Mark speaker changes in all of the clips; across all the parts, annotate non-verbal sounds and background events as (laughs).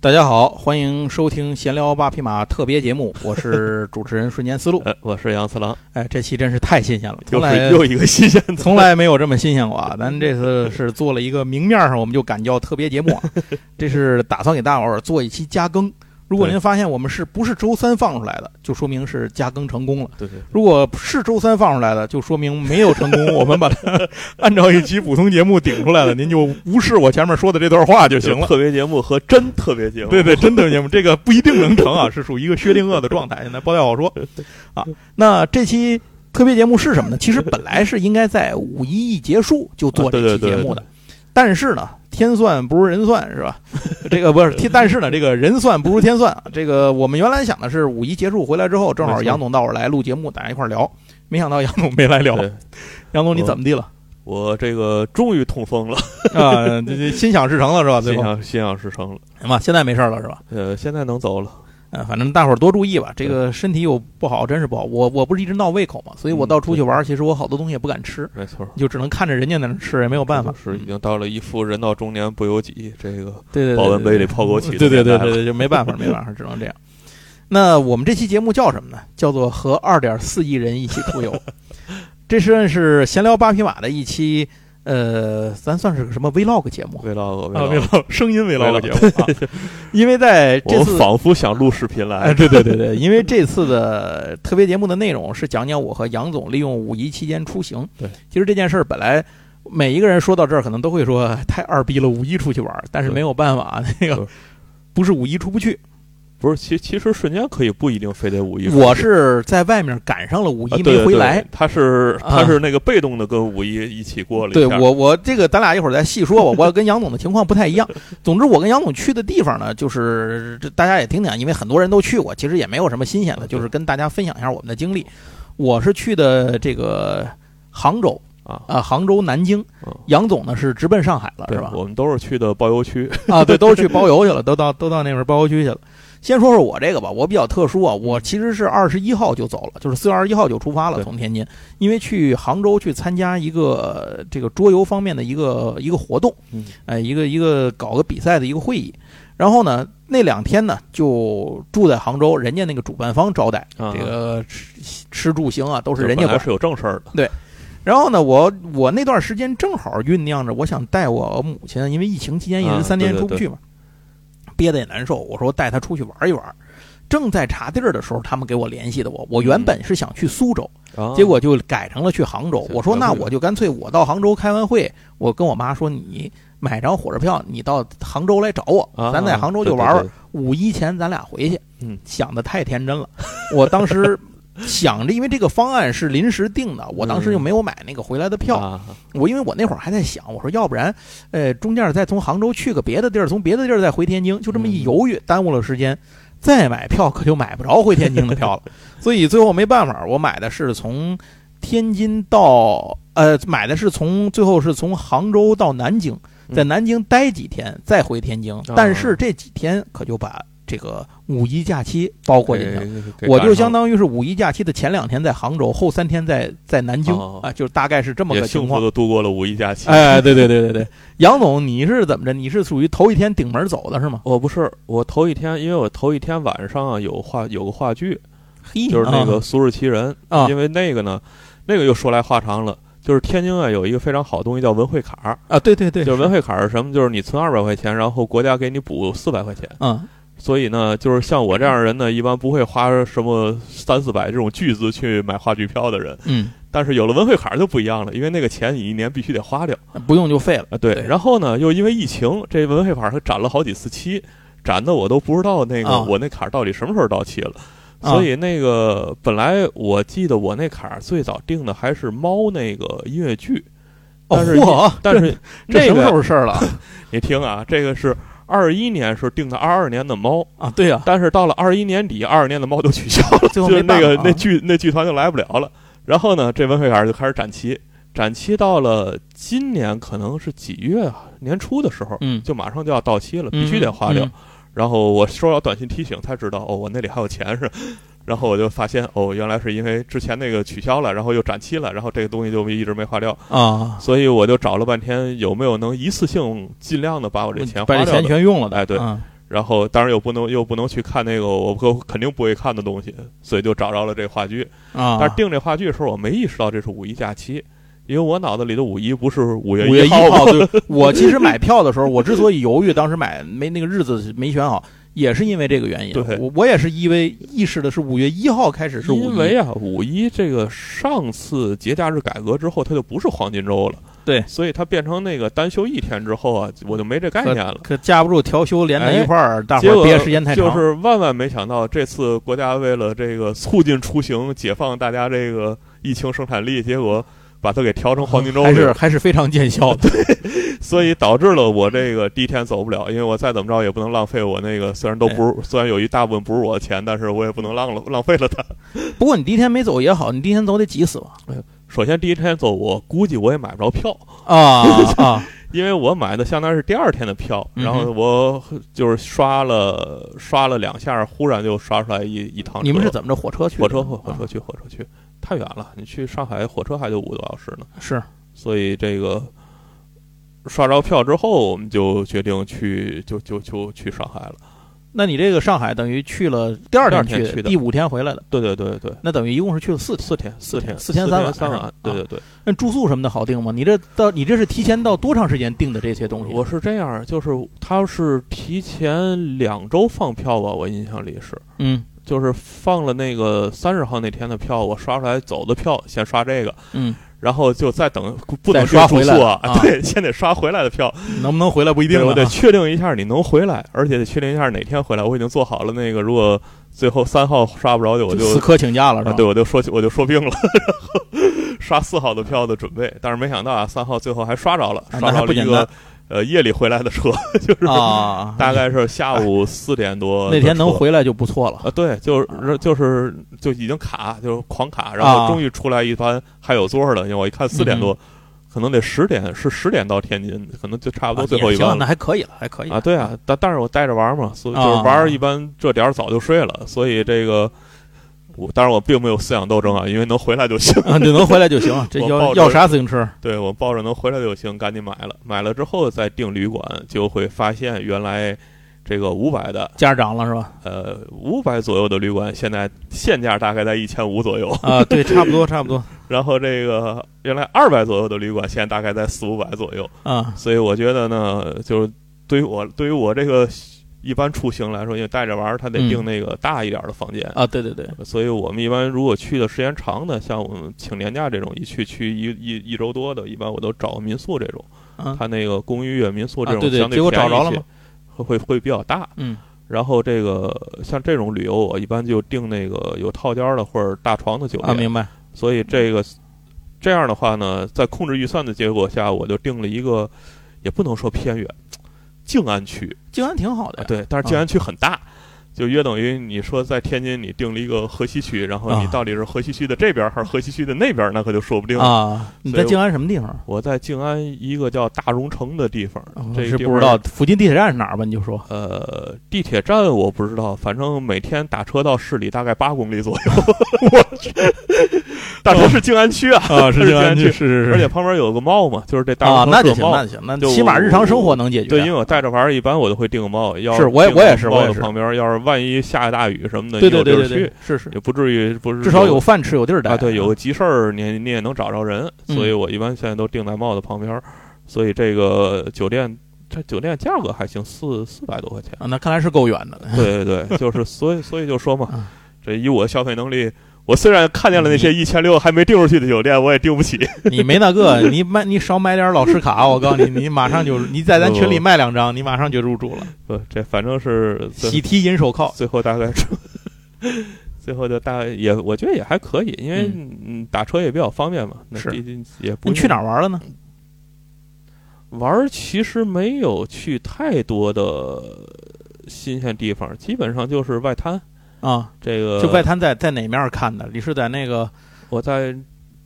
Speaker 1: 大家好，欢迎收听闲聊八匹马特别节
Speaker 2: (laughs)
Speaker 1: 目，我是主持人瞬间思路。
Speaker 2: 呃，我是杨次郎，
Speaker 1: 哎，这期真是太新鲜了，从
Speaker 2: 又
Speaker 1: 来
Speaker 2: 是又一个新鲜的。
Speaker 1: 从来没有这么新鲜过啊！ (laughs) 咱这次是做了一个明面上我们就敢叫特别节目
Speaker 2: (laughs)
Speaker 1: 啊，这是打算给大伙儿做一期加更。如果您发现我们是不是周三放出来的，就说明是加更成功了；
Speaker 2: 对对，
Speaker 1: 如果是周三放出来的，就说明没有成
Speaker 2: (laughs)
Speaker 1: 功，我们把它按照一期普通节目顶出来了。您就无视我前面说的这段话就行了。
Speaker 2: 特别节目和真特别节目，
Speaker 1: (laughs) 对对，真的节目这个不一定能成啊，是属于一个薛定谔的状态，现在不太好说啊。那这期特别节目是什么呢？其实本来是应该在五一一结束就做
Speaker 2: 啊对
Speaker 1: 这期
Speaker 2: 对
Speaker 1: 节
Speaker 2: 对
Speaker 1: 目的，但是呢。天算不如人算是吧？ (laughs) 这个不是，天但是呢，这个人算不如天算啊。这个我们原来想的是五一结束回来之后，正好
Speaker 2: 没错
Speaker 1: 杨总到我来录节目，大家一块儿聊。没想到杨总没来聊。
Speaker 2: 对
Speaker 1: 杨总你怎么地了？
Speaker 2: 我这个终于痛风了， (laughs)
Speaker 1: 啊，这这心想事成了是吧？最
Speaker 2: 心
Speaker 1: 后，
Speaker 2: 想心想事成了。
Speaker 1: 行吧，现在没事儿了是吧？
Speaker 2: 呃，现在能走了，
Speaker 1: 嗯，反正大伙儿多注意吧，这个身体又不好，真是不好。我我不是一直闹胃口嘛，所以
Speaker 2: 嗯
Speaker 1: 我到处去玩儿，其实我好多东西也不敢吃，
Speaker 2: 没错。
Speaker 1: 就只能看着人家在那儿吃，也没有办法。
Speaker 2: 是已经到了一副人到中年不由己，这个
Speaker 1: 对对对，
Speaker 2: 保温杯
Speaker 1: 对
Speaker 2: 里泡
Speaker 1: (laughs)
Speaker 2: 枸杞的
Speaker 1: 对对对
Speaker 2: 年代
Speaker 1: 对
Speaker 2: 了
Speaker 1: 对，就没办法，没办法，只能这样。那我们这期节目叫什么呢？叫做和二点四亿人一起出游。这算是闲聊八匹马的一期，呃，咱算是个什么 vlog 节目
Speaker 2: vlog
Speaker 1: 啊
Speaker 2: vlog，
Speaker 1: ？vlog 声音 vlog
Speaker 2: (laughs) vlog
Speaker 1: 节目啊，因为在这
Speaker 2: 我
Speaker 1: 次
Speaker 2: 仿佛想录视频
Speaker 1: 哎，
Speaker 2: 来。
Speaker 1: 对对对对，因为这次的特别节目的内容是讲讲我和杨总利用五一期间出行。
Speaker 2: 对，
Speaker 1: 其实这件事儿本来每一个人说到这儿，可能都会说太二逼了，五一出去玩儿，但是
Speaker 2: 对
Speaker 1: 没有办法，那个
Speaker 2: 对
Speaker 1: 不是五一出不去。
Speaker 2: 不是，其其实瞬间可以不一定非得五一出去。
Speaker 1: 我是在外面赶上了五
Speaker 2: 啊
Speaker 1: 一
Speaker 2: 对
Speaker 1: 没
Speaker 2: 对
Speaker 1: 回
Speaker 2: 对
Speaker 1: 来。
Speaker 2: 他是
Speaker 1: 啊
Speaker 2: 他是那个被动的跟五一一起过了一
Speaker 1: 对
Speaker 2: 下。
Speaker 1: 我，我这个咱俩一会儿再细说吧。我跟杨总的情况不太一样。总之，我跟杨总去的地方呢，就是这大家也听听，因为很多人都去过，其实也没有什么新鲜的，就是跟大家分享一下我们的经历。我是去的这个杭州
Speaker 2: 啊
Speaker 1: 啊，杭州、南京
Speaker 2: 嗯。
Speaker 1: 杨总呢是直奔上海了，
Speaker 2: 对
Speaker 1: 是吧？
Speaker 2: 我们都是去的包邮区， (laughs)
Speaker 1: 啊，对，都是去包邮去了，都到都到那边包邮区去了。先说说我这个吧，我比较特殊啊，我其实是二十一号就走了，就是四月二十一号就出发了，
Speaker 2: 对
Speaker 1: 从天津，因为去杭州去参加一个呃这个桌游方面的一个一个活动，
Speaker 2: 嗯
Speaker 1: 哎，一个一个搞个比赛的一个会议。然后呢，那两天呢就住在杭州，人家那个主办方招待，
Speaker 2: 啊
Speaker 1: 这个吃吃住行啊都
Speaker 2: 不
Speaker 1: 是人家
Speaker 2: 本来
Speaker 1: 管。
Speaker 2: 是有正事儿的。
Speaker 1: 然后呢，我我那段时间正好酝酿着，我想带我母亲，因为疫情期间一
Speaker 2: 啊
Speaker 1: 直三
Speaker 2: 对
Speaker 1: 天
Speaker 2: 对
Speaker 1: 出不
Speaker 2: 对
Speaker 1: 去嘛，憋得也难受。我说带她出去玩一玩。正在查地儿的时候，他们给我联系的我。我原本是想去苏州，
Speaker 2: 嗯啊
Speaker 1: 结果就改成了去杭州。
Speaker 2: 是
Speaker 1: 我说
Speaker 2: 原
Speaker 1: 那
Speaker 2: 本
Speaker 1: 我就干脆我到杭州开完会，我跟我妈说你买张火车票，你到杭州来找我，
Speaker 2: 啊
Speaker 1: 咱在杭州就玩玩。五一前咱俩回去。
Speaker 2: 嗯
Speaker 1: 想的太天真了， (laughs) 我当时想着，因为这个方案是临时定的，我当时就没有买那个回来的票。
Speaker 2: 啊，
Speaker 1: 我因为我那会儿还在想，我说要不然，呃，中间再从杭州去个别的地儿，从别的地儿再回天津，就这么一
Speaker 2: 嗯
Speaker 1: 犹豫，耽误了时间。再买票可就买不着回天津的票了，所以最后没办法，我买的是从天津到呃，买的是从最后是从杭州到南京，在
Speaker 2: 嗯
Speaker 1: 南京待几天再回天津，但是这几天可就把这个五一假期包括进去了。
Speaker 2: 去
Speaker 1: 我就相当于是五一假期的前两天在杭州，后三天在在南京
Speaker 2: 哦
Speaker 1: 啊，就是大概是这么
Speaker 2: 也
Speaker 1: 个
Speaker 2: 幸
Speaker 1: 情
Speaker 2: 福
Speaker 1: 况。
Speaker 2: 的度过了五
Speaker 1: (laughs)
Speaker 2: 一假期。
Speaker 1: 哎，对对对对对，杨总，你是怎么着？你是属于头一天顶门走的是吗？
Speaker 2: 我不是，我头一天，因为我头一天晚上啊有话有个话剧，
Speaker 1: 嘿，
Speaker 2: 就是那个《苏日奇人》
Speaker 1: 嗯啊
Speaker 2: 因为那个呢，那个又说来话长了。就是天津啊，有一个非常好的东西叫文汇卡
Speaker 1: (laughs)
Speaker 2: 儿，
Speaker 1: 啊，对对对，
Speaker 2: 就是文汇卡儿是什么？就是你存二百块钱，然后国家给你补四百块钱。
Speaker 1: 嗯，
Speaker 2: 所以呢，就是像我这样的人呢，一般不会花什么三四百这种巨资去买话剧票的人。
Speaker 1: 嗯，
Speaker 2: 但是有了文汇卡儿就不一样了，因为那个钱你一年必须得花掉。
Speaker 1: 不用就废了。
Speaker 2: 啊，对。
Speaker 1: 对
Speaker 2: 然后呢，又因为疫情，这文汇卡它展了好几次期，展的我都不知道那个、
Speaker 1: 啊
Speaker 2: 我那卡到底什么时候到期了。
Speaker 1: 啊
Speaker 2: 所以那个本来我记得我那卡最早定的还是猫那个音
Speaker 1: (laughs)
Speaker 2: 乐剧，
Speaker 1: 哦
Speaker 2: 但是
Speaker 1: 嚯，
Speaker 2: 但是
Speaker 1: 这
Speaker 2: 那
Speaker 1: 什么时
Speaker 2: 个
Speaker 1: 候事儿了
Speaker 2: 你听啊，这个是二一年是定的二二年的猫，
Speaker 1: (laughs) 啊？对 (laughs) 呀，
Speaker 2: 但是到了二一年底，二二年的猫都取消了，
Speaker 1: 最后
Speaker 2: 就
Speaker 1: 没
Speaker 2: 是那
Speaker 1: 办法
Speaker 2: 个
Speaker 1: 啊
Speaker 2: 那剧那剧团就来不了了。然后呢，这文汇卡就开始展期，展期到了今年可能是几月啊？年初的时候，
Speaker 1: 嗯
Speaker 2: 就马上就要到期了，必须得花掉。
Speaker 1: 嗯
Speaker 2: 然后我收到短信提醒，才知道哦，我那里还有钱是。然后我就发现哦，原来是因为之前那个取消了，然后又展期了，然后这个东西就一直没花掉，
Speaker 1: 啊，
Speaker 2: 所以我就找了半天有没有能一次性尽量的把我这钱
Speaker 1: 嗯把这
Speaker 2: 花掉
Speaker 1: 钱
Speaker 2: 的。
Speaker 1: 全用了的。
Speaker 2: 哎对
Speaker 1: 嗯
Speaker 2: 然后当然又不能又不能去看那个我可肯定不会看的东西，所以就找着了这话剧。
Speaker 1: 啊，
Speaker 2: 但是定这话剧的时候，我没意识到这是五一假期，因为我脑子里的五一不是五月
Speaker 1: 五月
Speaker 2: 一
Speaker 1: 一号，
Speaker 2: 吗？
Speaker 1: 对， (laughs) 我其实买票的时候，我之所以犹豫，当时买没那个日子没选好，也是因为这个原因。
Speaker 2: 对
Speaker 1: 我我也是因为意识的是五月一号开始是五
Speaker 2: 因为
Speaker 1: 一，
Speaker 2: 啊，五一这个上次节假日改革之后，它就不是黄金周了。
Speaker 1: 对
Speaker 2: 所以它变成那个单休一天之后啊，我就没这概念了。
Speaker 1: 可架不住调休连在一块儿，大伙
Speaker 2: 结
Speaker 1: 儿
Speaker 2: 果
Speaker 1: 憋时间太长，
Speaker 2: 就是万万没想到，这次国家为了这个促进出行、解放大家这个疫情生产力，结果把它给调成黄
Speaker 1: (laughs)
Speaker 2: 金周
Speaker 1: 还
Speaker 2: 了
Speaker 1: 是还是非常见效 (laughs) 的。
Speaker 2: 所以导致了我这个第一天走不了，因为我再怎么着也不能浪费我那个，虽然都不
Speaker 1: 哎
Speaker 2: 是，虽然有一大部分不是我的钱，但是我也不能浪了浪费了它。
Speaker 1: 不过你第一天没走也好，你第一天走得急死吧？
Speaker 2: 首先第一天走，我估计我也买不着票，
Speaker 1: 啊啊，
Speaker 2: 因为我买的相当于是第二天的票，
Speaker 1: 嗯哼
Speaker 2: 然后我就是刷了刷了两下，忽然就刷出来一一趟车。
Speaker 1: 你们是怎么着火车去的？
Speaker 2: 火车火火车
Speaker 1: 啊
Speaker 2: 去火车去，太远了，你去上海火车还就五个多小时呢。
Speaker 1: 啊是
Speaker 2: 所以这个刷着票之后，我们就决定去就就就去上海了。
Speaker 1: 那你这个上海等于去了第二
Speaker 2: 第二
Speaker 1: 去
Speaker 2: 天
Speaker 1: 的，
Speaker 2: 去的
Speaker 1: 第五天回来的，
Speaker 2: 对对对对，
Speaker 1: 那等于一共是去了四天。
Speaker 2: 四天四天
Speaker 1: 四天
Speaker 2: 四
Speaker 1: 三晚啊
Speaker 2: 天三
Speaker 1: 是吧
Speaker 2: 晚，对对对。
Speaker 1: 那住宿什么的好定吗？你这到你这是提前到多长时间定的这些东西？
Speaker 2: 我是这样，就是他是提前两周放票吧，我印象里是，
Speaker 1: 嗯
Speaker 2: 就是放了那个三十号那天的票，我刷出来走的票，先刷这个，
Speaker 1: 嗯，
Speaker 2: 然后就再等不
Speaker 1: 再
Speaker 2: 能
Speaker 1: 刷
Speaker 2: 定住
Speaker 1: 回
Speaker 2: 宿
Speaker 1: 来
Speaker 2: 啊，
Speaker 1: 啊
Speaker 2: 对，先得刷回来的票，
Speaker 1: 能不能回来不一定
Speaker 2: 对我
Speaker 1: 了
Speaker 2: 得
Speaker 1: 啊。
Speaker 2: 确定一下你能回来，而且得确定一下哪天回来。我已经做好了那个，如果最后三号刷不着就我
Speaker 1: 就死
Speaker 2: 就
Speaker 1: 磕请假了是吧？
Speaker 2: 啊，对，我就说我就说病了，然后刷四号的票的准备，但是没想到啊，三号最后还刷着了，
Speaker 1: 啊
Speaker 2: 刷
Speaker 1: 那还
Speaker 2: 着
Speaker 1: 不
Speaker 2: 了一
Speaker 1: 简
Speaker 2: 个
Speaker 1: 单
Speaker 2: 呃夜里回来的车， (laughs) 就是
Speaker 1: 啊，
Speaker 2: 大概是下午四点多
Speaker 1: 那天能
Speaker 2: 的车
Speaker 1: 回来就不错了。
Speaker 2: 啊，对，就是就是就已经卡，就是狂卡，然后
Speaker 1: 啊嗯
Speaker 2: 终于出来一班还有座儿的，因为我一看四点多，可能得十点是十点到天津，可能就差不多最后一
Speaker 1: 啊也
Speaker 2: 班
Speaker 1: 行，
Speaker 2: 了
Speaker 1: 那。还可以了，还可以
Speaker 2: 啊，对啊，但但是我带着玩儿嘛，所以就
Speaker 1: 啊
Speaker 2: 是玩儿一般这点儿早就睡了，所以这个我当然我并没有思想斗争啊，因为能回来就行。
Speaker 1: (laughs) 啊，对，能回来就
Speaker 2: (laughs)
Speaker 1: 行。这
Speaker 2: 我
Speaker 1: 要
Speaker 2: 抱着
Speaker 1: 要啥自行车？
Speaker 2: 对我抱着能回来就行，赶紧买了，买了之后再订旅馆，就会发现原来这个五百的
Speaker 1: 家长了是吧？
Speaker 2: 呃五百左右的旅馆，现在现价大概在一千五左右， (laughs)
Speaker 1: 啊，对，差不多差不多
Speaker 2: 然后这个原来二百左右的旅馆，现在大概在四五百左右，
Speaker 1: 啊。
Speaker 2: 所以我觉得呢，就是对于我对于我这个一般出行来说，因为带着玩儿，他得
Speaker 1: 嗯
Speaker 2: 订那个大一点儿的房间。
Speaker 1: 啊，对对对，
Speaker 2: 所以我们一般如果去的时间长的，像我们请年假这种一去去一一一周多的，一般我都找民宿这种，
Speaker 1: 啊
Speaker 2: 他那个公寓啊、民宿
Speaker 1: 啊
Speaker 2: 这种
Speaker 1: 对对
Speaker 2: 相对
Speaker 1: 结果
Speaker 2: 便宜
Speaker 1: 找着了
Speaker 2: 一些
Speaker 1: 吗
Speaker 2: 会会会比较大。
Speaker 1: 嗯
Speaker 2: 然后这个像这种旅游，我一般就订那个有套间儿的或者大床的酒
Speaker 1: 啊，
Speaker 2: 店。
Speaker 1: 明白
Speaker 2: 所以这个这样的话呢，在控制预算的结果下，我就定了一个，也不能说偏远，静安区
Speaker 1: 静安挺好的
Speaker 2: 啊，
Speaker 1: 呀。
Speaker 2: 对，但是静安区很大，就约等于你说在天津你定了一个河西区，然后你
Speaker 1: 啊
Speaker 2: 到底是河西区的这边儿还是河西区的那边儿，那可就说不定了。
Speaker 1: 啊，你在
Speaker 2: 所以我
Speaker 1: 静安什么地方？嗯
Speaker 2: 我在静安一个叫大荣城的地方，这个
Speaker 1: 哦是
Speaker 2: 地
Speaker 1: 不
Speaker 2: 方
Speaker 1: 知道。附近地铁站是哪儿吧？你就
Speaker 2: (laughs)
Speaker 1: 说
Speaker 2: 呃，地铁站我不知道，反正每天打车到市里大概八公里左右。 (laughs) 我去，大城市静安区啊，
Speaker 1: 啊
Speaker 2: (laughs) 是静安区
Speaker 1: 是是
Speaker 2: 而且旁边有个猫嘛，就是这大
Speaker 1: 啊，
Speaker 2: 众
Speaker 1: 那
Speaker 2: 城
Speaker 1: 就
Speaker 2: 市
Speaker 1: 行，
Speaker 2: 猫。
Speaker 1: 那就行，那
Speaker 2: 就
Speaker 1: 起码日常生活能解决。
Speaker 2: 对，因为我带着玩儿，一般我都会订个猫。要
Speaker 1: 是我也
Speaker 2: 订到
Speaker 1: 我也是
Speaker 2: 猫
Speaker 1: 我也
Speaker 2: 的
Speaker 1: 是
Speaker 2: 旁边，要是万一下大雨什么的，
Speaker 1: 对对对
Speaker 2: 你
Speaker 1: 对
Speaker 2: 有地儿
Speaker 1: 对
Speaker 2: 去，，
Speaker 1: 是是，
Speaker 2: 也不至于不是
Speaker 1: 至少有饭吃有地儿待
Speaker 2: 啊，对，有个急事儿，你你也能找着人。
Speaker 1: 嗯
Speaker 2: 所以我一般现在都订在猫的旁边儿，所以这个酒店这酒店价格还行，四四百多块钱。
Speaker 1: 啊，那看来是够远的。
Speaker 2: 对对对，就是所以所以就说
Speaker 1: 啊嗯
Speaker 2: 嘛，这以我的消费能力，我虽然看见了那些一千六还没订出去的酒店，我也订不起。 (laughs)
Speaker 1: (laughs) 你没那个，你买你少买点老师卡，我告诉你，你马上 (laughs) 就你在咱群里卖两张，你马上就入住了，
Speaker 2: 不，这反正是最
Speaker 1: 喜提银手铐。
Speaker 2: 最后大概出，最后就大概也我觉得也还可以，因为嗯打车也比较方便嘛。那
Speaker 1: 是
Speaker 2: 毕竟也不
Speaker 1: 你去哪
Speaker 2: 儿
Speaker 1: 儿玩了呢？
Speaker 2: 玩儿？其实没有去太多的新鲜地方，基本上就是外滩
Speaker 1: 啊，
Speaker 2: 这个。
Speaker 1: 就外，滩在在哪面看的？你是在那个
Speaker 2: 我在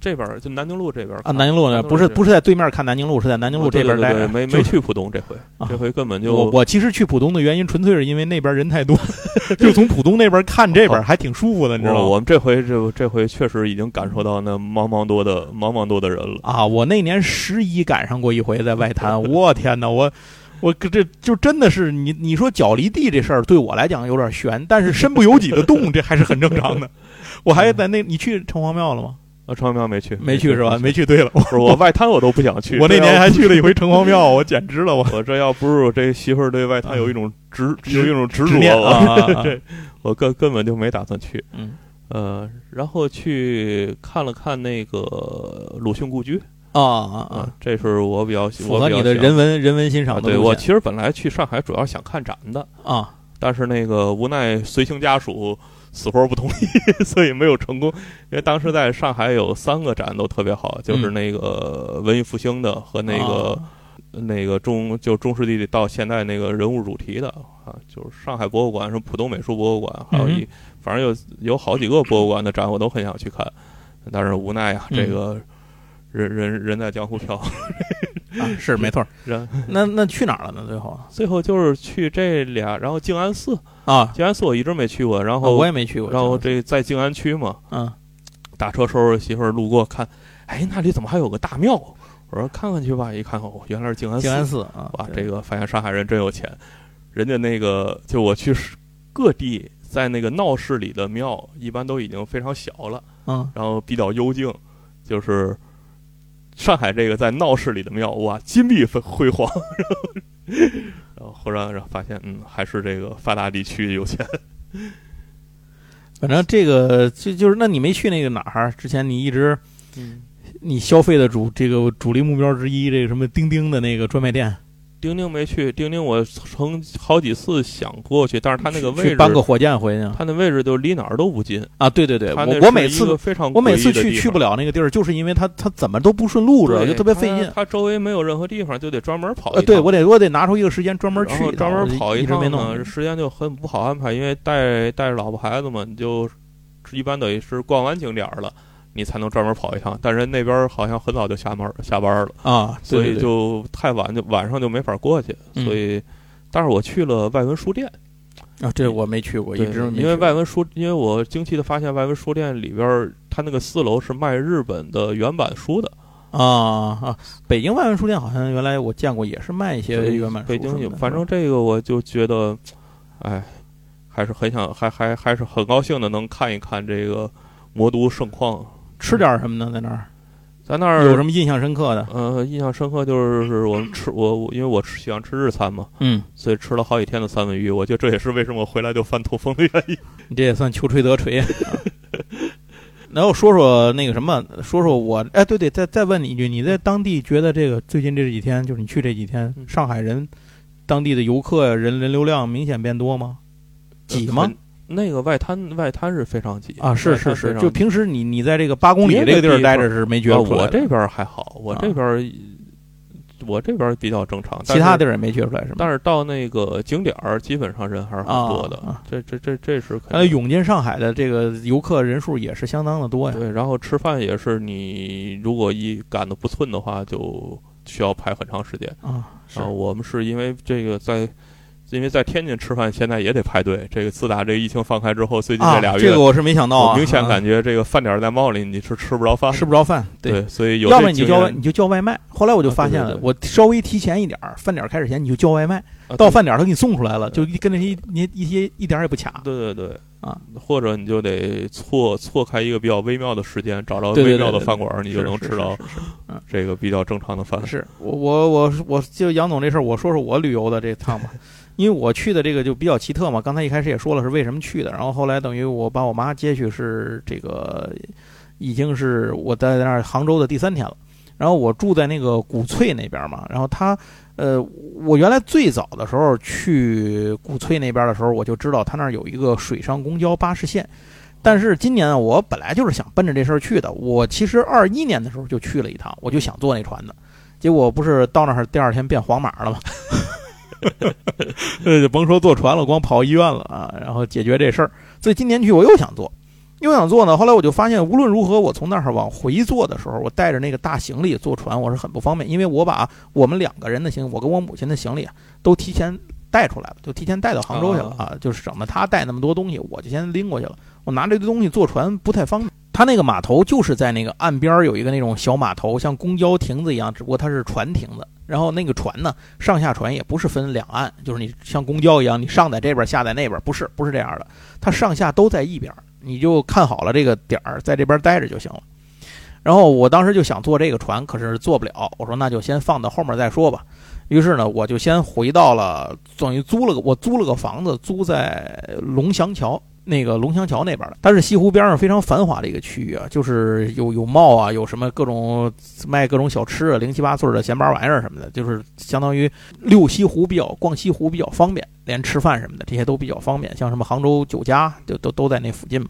Speaker 2: 这边儿就南京路这边
Speaker 1: 啊南京路那，不是哦不
Speaker 2: 是
Speaker 1: 是在对面看南京路，是在南京路这边待着。
Speaker 2: 没
Speaker 1: 就
Speaker 2: 没去浦东这回
Speaker 1: 啊，
Speaker 2: 这回根本就
Speaker 1: 我我其实去浦东的原因，纯粹是因为那边人太多， (laughs) 就从浦东那边看这边还挺舒服的，你知道
Speaker 2: 我
Speaker 1: 吗？
Speaker 2: 我们这回这这回确实已经感受到那茫茫多的茫茫多的人了。 (laughs)
Speaker 1: 啊，我那年十一赶上过一回在外滩，我天哪，我我可这就真的是你你说脚离地这事儿对我来讲有点悬，但是身不由己的
Speaker 2: (laughs)
Speaker 1: 动，这还是很正常的。我还在那，你去城隍庙了吗？
Speaker 2: 啊，城隍庙没去，
Speaker 1: 没去是吧？没
Speaker 2: 去，
Speaker 1: 去，对了，
Speaker 2: 不是我外滩我都不想去。啊
Speaker 1: 我那
Speaker 2: 这要
Speaker 1: 年还去了一回城隍庙，我简直了，
Speaker 2: (laughs)
Speaker 1: 我
Speaker 2: 我这要不是我这媳妇儿对外滩有一种执，
Speaker 1: 执
Speaker 2: 有一种啊执
Speaker 1: 执
Speaker 2: 着
Speaker 1: 念
Speaker 2: 我
Speaker 1: 啊
Speaker 2: 这 (laughs) 我根根本就没打算去。
Speaker 1: 嗯
Speaker 2: 呃，然后去看了看那个鲁迅故居
Speaker 1: 啊啊
Speaker 2: 啊
Speaker 1: 啊，，
Speaker 2: 这是我比较喜
Speaker 1: 符
Speaker 2: 我
Speaker 1: 合
Speaker 2: 比较
Speaker 1: 你的
Speaker 2: 喜欢
Speaker 1: 人文人文欣赏
Speaker 2: 啊
Speaker 1: 的
Speaker 2: 对
Speaker 1: 路
Speaker 2: 我
Speaker 1: 线
Speaker 2: 其实本来去上海主要想看展的，
Speaker 1: 啊
Speaker 2: 但是那个无奈随行家属死活不同意， (laughs) 所以没有成功。因为当时在上海有三个展都特别好，就是
Speaker 1: 嗯
Speaker 2: 那个文艺复兴的和那
Speaker 1: 啊
Speaker 2: 个、那个中就中世纪到现代那个人物主题的啊，就是上海博物馆、什么浦东美术博物馆，
Speaker 1: 嗯
Speaker 2: 还有一、反正有有好几个博物馆的展我都很想去看，但是无奈呀、
Speaker 1: 嗯
Speaker 2: 这个人人人在江湖飘， (laughs)
Speaker 1: 啊
Speaker 2: 嗯
Speaker 1: 是没错儿。
Speaker 2: 人
Speaker 1: 那那去哪儿了呢？最后啊
Speaker 2: 最后就是去这俩，然后静安寺，
Speaker 1: 啊，
Speaker 2: 静安寺我一直没去过，然后、
Speaker 1: 哦我也没去过。
Speaker 2: 哦然后这在静安区嘛，
Speaker 1: 嗯
Speaker 2: 打车时候媳妇儿路过看，哎，那里怎么还有个大庙？我说看看去吧，一看哦，原来是静安寺。
Speaker 1: 静安寺啊，
Speaker 2: 哇，
Speaker 1: 对
Speaker 2: 这个发现上海人真有钱，人家那个就我去是各地，在那个闹市里的庙，一般都已经非常小了，
Speaker 1: 嗯
Speaker 2: 然后比较幽静，就是上海这个在闹市里的庙，哇，金碧辉煌。 (laughs) 然后忽然然后发现，嗯，还是这个发达地区有钱。
Speaker 1: 反正这个就就是，那你没去那个哪儿？啊之前你一直
Speaker 2: 嗯，
Speaker 1: 你消费的主这个主力目标之一，这个什么钉钉的那个专卖店，
Speaker 2: 丁丁没去，丁丁我曾好几次想过去，但是他那个
Speaker 1: 去
Speaker 2: 位
Speaker 1: 去
Speaker 2: 置，
Speaker 1: 搬个火箭回去
Speaker 2: 他那位置就离哪儿都不近。
Speaker 1: 啊！对对对，
Speaker 2: 他那
Speaker 1: 我我
Speaker 2: 是
Speaker 1: 每
Speaker 2: 一
Speaker 1: 次
Speaker 2: 个非常
Speaker 1: 我每
Speaker 2: 诡异
Speaker 1: 次
Speaker 2: 的
Speaker 1: 去
Speaker 2: 地
Speaker 1: 去
Speaker 2: 方
Speaker 1: 不了那个地儿，就是因为他他怎么都不顺路，知道
Speaker 2: 对
Speaker 1: 就特别费劲
Speaker 2: 它。它周围没有任何地方，就得专门跑
Speaker 1: 呃，
Speaker 2: 一趟。
Speaker 1: 对我得我得拿出一个时间专门
Speaker 2: 然
Speaker 1: 去
Speaker 2: 后
Speaker 1: 一趟，
Speaker 2: 专门跑
Speaker 1: 我一
Speaker 2: 一
Speaker 1: 直没
Speaker 2: 趟
Speaker 1: 弄
Speaker 2: 呢，。时间就很不好安排，因为带带着老婆孩子嘛，你就一般等于是逛完景点儿了，你才能专门跑一趟。但人那边儿好像很早就下班儿下班儿了，
Speaker 1: 啊，对
Speaker 2: 所
Speaker 1: 对
Speaker 2: 以
Speaker 1: 对
Speaker 2: 就太晚就晚上就没法过去。
Speaker 1: 嗯
Speaker 2: 所以，但是我去了外文书店，
Speaker 1: 啊，这我没去过，一
Speaker 2: 对
Speaker 1: 直没
Speaker 2: 因为
Speaker 1: 去
Speaker 2: 外文书，因为我惊奇的发现外文书店里边儿，它那个四楼是卖日本的原版书的。
Speaker 1: 啊啊，北京外文书店好像原来我见过，也是卖一些
Speaker 2: 对
Speaker 1: 原版书
Speaker 2: 北
Speaker 1: 什
Speaker 2: 京
Speaker 1: 么
Speaker 2: 有，
Speaker 1: 的
Speaker 2: 反正这个我就觉得，哎，还是很想，还还还是很高兴的能看一看这个魔都盛况。
Speaker 1: 吃点儿什么呢，在那儿
Speaker 2: 在那
Speaker 1: 有什
Speaker 2: 儿，
Speaker 1: 么印象深刻的？
Speaker 2: 呃，印象深刻就是我们吃我我因为我吃喜欢吃日餐嘛，
Speaker 1: 嗯，
Speaker 2: 所以吃了好几天的三文鱼。我觉得这也是为什么回来就犯痛风的原因。
Speaker 1: 你这也算求锤得锤。啊 (laughs) 然后说说那个什么，说说我，哎，对对，再再问你一句，你在当地觉得这个最近这几天，就是你去这几天，
Speaker 2: 嗯
Speaker 1: 上海人当地的游客呀人人流量明显变多吗？挤吗
Speaker 2: 呃很？？那个外滩外滩是非常挤
Speaker 1: 啊，是
Speaker 2: 外滩
Speaker 1: 是
Speaker 2: 非
Speaker 1: 是，
Speaker 2: 常
Speaker 1: 就
Speaker 2: 挤
Speaker 1: 平时你你在这个八公里
Speaker 2: 别的
Speaker 1: 这个地儿
Speaker 2: 地
Speaker 1: 待
Speaker 2: 方
Speaker 1: 着是没觉
Speaker 2: 啊
Speaker 1: 得出来
Speaker 2: 我
Speaker 1: 的，
Speaker 2: 这边儿还好，我
Speaker 1: 啊
Speaker 2: 这边儿、我这边儿比较正常，但
Speaker 1: 其他
Speaker 2: 是
Speaker 1: 地儿也没觉出来是吗？
Speaker 2: 但是到那个景点儿，基本上人还是很
Speaker 1: 啊
Speaker 2: 多的。
Speaker 1: 啊
Speaker 2: 这这这这是肯
Speaker 1: 呃，
Speaker 2: 定。
Speaker 1: 涌进上海的这个游客人数也是相当的多呀。
Speaker 2: 对，然后吃饭也是，你如果一赶的不寸的话，就需要排很长时间。
Speaker 1: 啊，是
Speaker 2: 然后哦我们是因为这个在，因为在天津吃饭现在也得排队。这个自打这疫情放开之后，最近
Speaker 1: 啊，
Speaker 2: 俩月，
Speaker 1: 这个我是没想到
Speaker 2: 我
Speaker 1: 啊，
Speaker 2: 明显
Speaker 1: 啊
Speaker 2: 感觉这个饭点儿在冒里，你是吃不着饭。
Speaker 1: 吃不着饭，
Speaker 2: 对，所以有
Speaker 1: 要
Speaker 2: 这
Speaker 1: 么你就
Speaker 2: 经
Speaker 1: 叫
Speaker 2: 验
Speaker 1: 外，你就叫外卖。后来我就发现了，
Speaker 2: 啊对对对
Speaker 1: 我稍微提前一点儿，饭点儿开始前你就叫外卖，
Speaker 2: 啊
Speaker 1: 到
Speaker 2: 对
Speaker 1: 饭点儿他给你送出来了，就一跟那些一一些一点儿也不卡。
Speaker 2: 对对对
Speaker 1: 啊，
Speaker 2: 或者你就得错错开一个比较微妙的时间，找着
Speaker 1: 对对
Speaker 2: 微
Speaker 1: 对
Speaker 2: 妙的
Speaker 1: 对
Speaker 2: 饭馆儿，你就是能
Speaker 1: 是
Speaker 2: 吃到
Speaker 1: 是
Speaker 2: 这个比较正常的饭。
Speaker 1: 是我我我我就杨总这事儿，我说说我旅游的这趟吧，因为我去的这个就比较奇特嘛。刚才一开始也说了是为什么去的，然后后来等于我把我妈接去是这个，已经是我在那儿杭州的第三天了。然后我住在那个古翠那边嘛，然后他，呃，我原来最早的时候去古翠那边的时候，我就知道他那儿有一个水上公交巴士线，但是今年啊我本来就是想奔着这事儿去的，我其实二一年的时候就去了一趟，我就想坐那船的，结果不是到那儿第二天变黄马了 (laughs) 吗？呃，就甭说坐船了，光跑医院了啊，然后解决这事儿。所以今年去我又想坐，又想坐呢。后来我就发现，无论如何，我从那儿往回坐的时候，我带着那个大行李坐船，我是很不方便，因为我把我们两个人的行李，我跟我母亲的行李啊都提前带出来了，就提前带到杭州去了啊，就是省得她带那么多东西，我就先拎过去了。我拿这堆东西坐船不太方便。它那个码头就是在那个岸边儿有一个那种小码头，像公交亭子一样，只不过它是船亭子。然后那个船呢，上下船也不是分两岸，就是你像公交一样，你上在这边，下在那边，不是不是这样的，它上下都在一边儿，你就看好了这个点儿，在这边待着就行了。然后我当时就想坐这个船，可是坐不了。我说那就先放到后面再说吧。于是呢，我就先回到了，等于租了个我租了个房子，租在龙翔桥那个龙翔桥那边的。它是西湖边上非常繁华的一个区域啊，就是有有贸啊，有什么各种卖各种小吃啊，零七八碎的闲八玩意儿什么的，就是相当于溜西湖比较逛西湖比较方便，连吃饭什么的这些都比较方便。像什么杭州酒家，就都都在那附近嘛。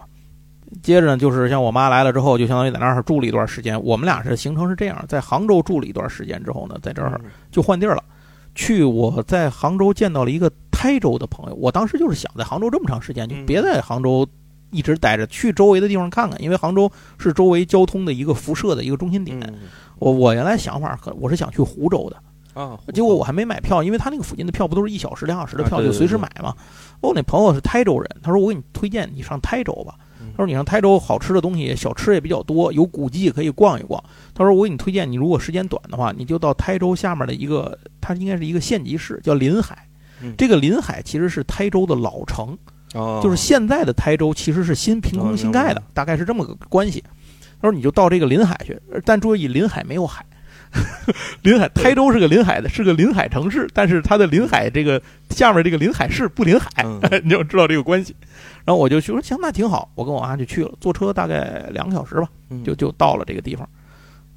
Speaker 1: 接着呢，就是像我妈来了之后，就相当于在那儿住了一段时间。我们俩是行程是这样，在杭州住了一段时间之后呢，在这儿就换地儿了。去我在杭州见到了一个台州的朋友，我当时就是想在杭州这么长时间，就
Speaker 2: 嗯
Speaker 1: 别在杭州一直待着，去周围的地方看看，因为杭州是周围交通的一个辐射的一个中心点。
Speaker 2: 嗯
Speaker 1: 我我原来想法可我是想去湖州的，
Speaker 2: 啊，
Speaker 1: 结果我还没买票，因为他那个附近的票不都是一小时、两小时的
Speaker 2: 啊
Speaker 1: 票，
Speaker 2: 对
Speaker 1: 就
Speaker 2: 对
Speaker 1: 随时
Speaker 2: 对
Speaker 1: 买嘛。我那朋友是台州人，他说我给你推荐，你上台州吧。
Speaker 2: 嗯
Speaker 1: 他说你上台州好吃的东西，小吃也比较多，有古迹可以逛一逛。他说我给你推荐，你如果时间短的话，你就到台州下面的一个，它应该是一个县级市，叫临海
Speaker 2: 嗯。
Speaker 1: 这个临海其实是台州的老城，
Speaker 2: 哦
Speaker 1: 就是现在的台州其实是新凭空新盖
Speaker 2: 哦明
Speaker 1: 的
Speaker 2: 白，
Speaker 1: 大概是这么个关系。他说你就到这个临海去，呃但注意临海没有海。 (laughs) 临海，台州是个临海的，是个临海城市，但是它的临海这个下面这个临海市不临 (laughs) 海，哎
Speaker 2: 嗯
Speaker 1: 你就知道这个关系。然后我就去我说行，那挺好，我跟我妈就去了，坐车大概两个小时吧，
Speaker 2: 嗯
Speaker 1: (laughs) 就就到了这个地方，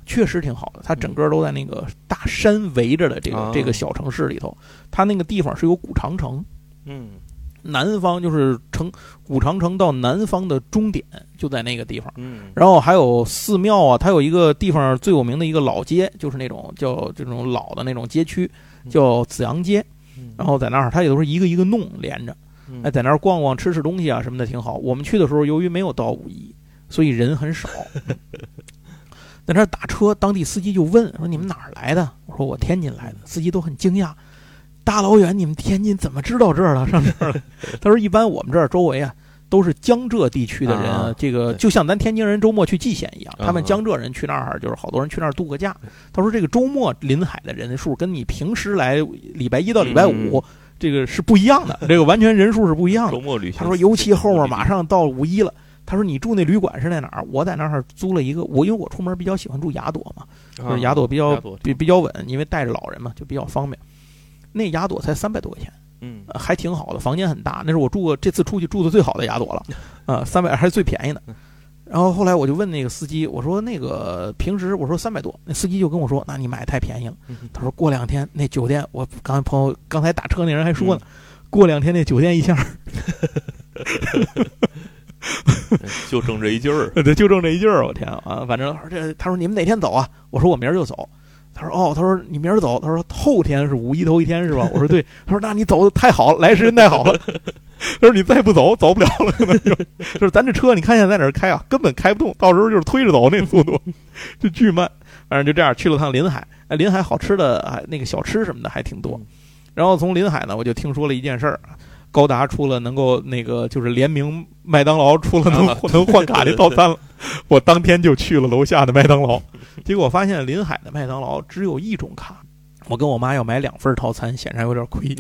Speaker 1: 确实挺好的。它整个都在那个大山围着的这个
Speaker 2: 啊
Speaker 1: 这个小城市里头，它那个地方是有古长城，
Speaker 2: 嗯
Speaker 1: 南方就是城古长城到南方的终点就在那个地方，
Speaker 2: 嗯，
Speaker 1: 然后还有寺庙啊，它有一个地方最有名的一个老街，就是那种叫这种老的那种街区，叫紫阳街。然后在那儿，它也都是一个一个弄连着，
Speaker 2: 嗯
Speaker 1: 哎，在那儿逛逛、吃吃东西啊什么的，挺好。我们去的时候，由于没有到五一，所以人很
Speaker 2: (laughs)
Speaker 1: 少。在那儿打车，当地司机就问说：“你们哪儿来的？”我说：“我天津来的。”司机都很惊讶，大老远你们天津怎么知道这儿了？上这
Speaker 2: (laughs)
Speaker 1: 儿了？他说：“一般我们这儿周围啊，都是江浙地区的人，
Speaker 2: 啊
Speaker 1: 这个
Speaker 2: 对
Speaker 1: 就像咱天津人周末去蓟县一样，他们
Speaker 2: 啊
Speaker 1: 江浙人去那儿就是好多人去那儿度个假。”他说：“这个周末临海的人数跟你平时来礼拜一到礼拜五、
Speaker 2: 嗯
Speaker 1: 这个是不一样的，这个完全人数是不一样
Speaker 2: 周
Speaker 1: 的。
Speaker 2: 末旅行，
Speaker 1: 他说，尤其后面马上到五一了，他说你住那旅馆是在哪儿？我在那儿租了一个，我因为我出门比较喜欢住雅朵嘛，
Speaker 2: 啊
Speaker 1: 就是雅朵比较
Speaker 2: 雅朵
Speaker 1: 比比较稳，因为带着老人嘛就比较方便。那雅朵才三百多块钱，
Speaker 2: 嗯
Speaker 1: 呃还挺好的，房间很大，那是我住过这次出去住的最好的雅朵了，啊、三百还是最便宜的。然后后来我就问那个司机，我说那个平时我说三百多，那司机就跟我说，那你买太便宜了。他说过两天那酒店，我刚才朋友刚才打车那人还说呢，过两天那酒店一下，
Speaker 2: (laughs) 就挣这一劲儿，
Speaker 1: (laughs) 对，就挣这一劲儿，我天啊！反正这他说你们哪天走啊？我说我明儿就走。他说哦，他说你明儿走，他说后天是五一头一天是吧？我说对，他说那你走的太好了，来时间太好了。他说你再不走，走不了了，可能就就是咱这车，你看现在在哪儿开啊？根本开不动，到时候就是推着走那速度， (laughs) 就巨慢。反正就这样去了趟临海，哎，临海好吃的还那个小吃什么的还挺多
Speaker 2: 嗯。
Speaker 1: 然后从临海呢，我就听说了一件事儿，高达出了能够那个就是联名麦当劳出了能、
Speaker 2: 啊
Speaker 1: 能换卡的套餐了，我当天就去了楼下的麦当劳，结果发现临海的麦当劳只有一种卡。我跟我妈要买两份套餐，显然有点亏，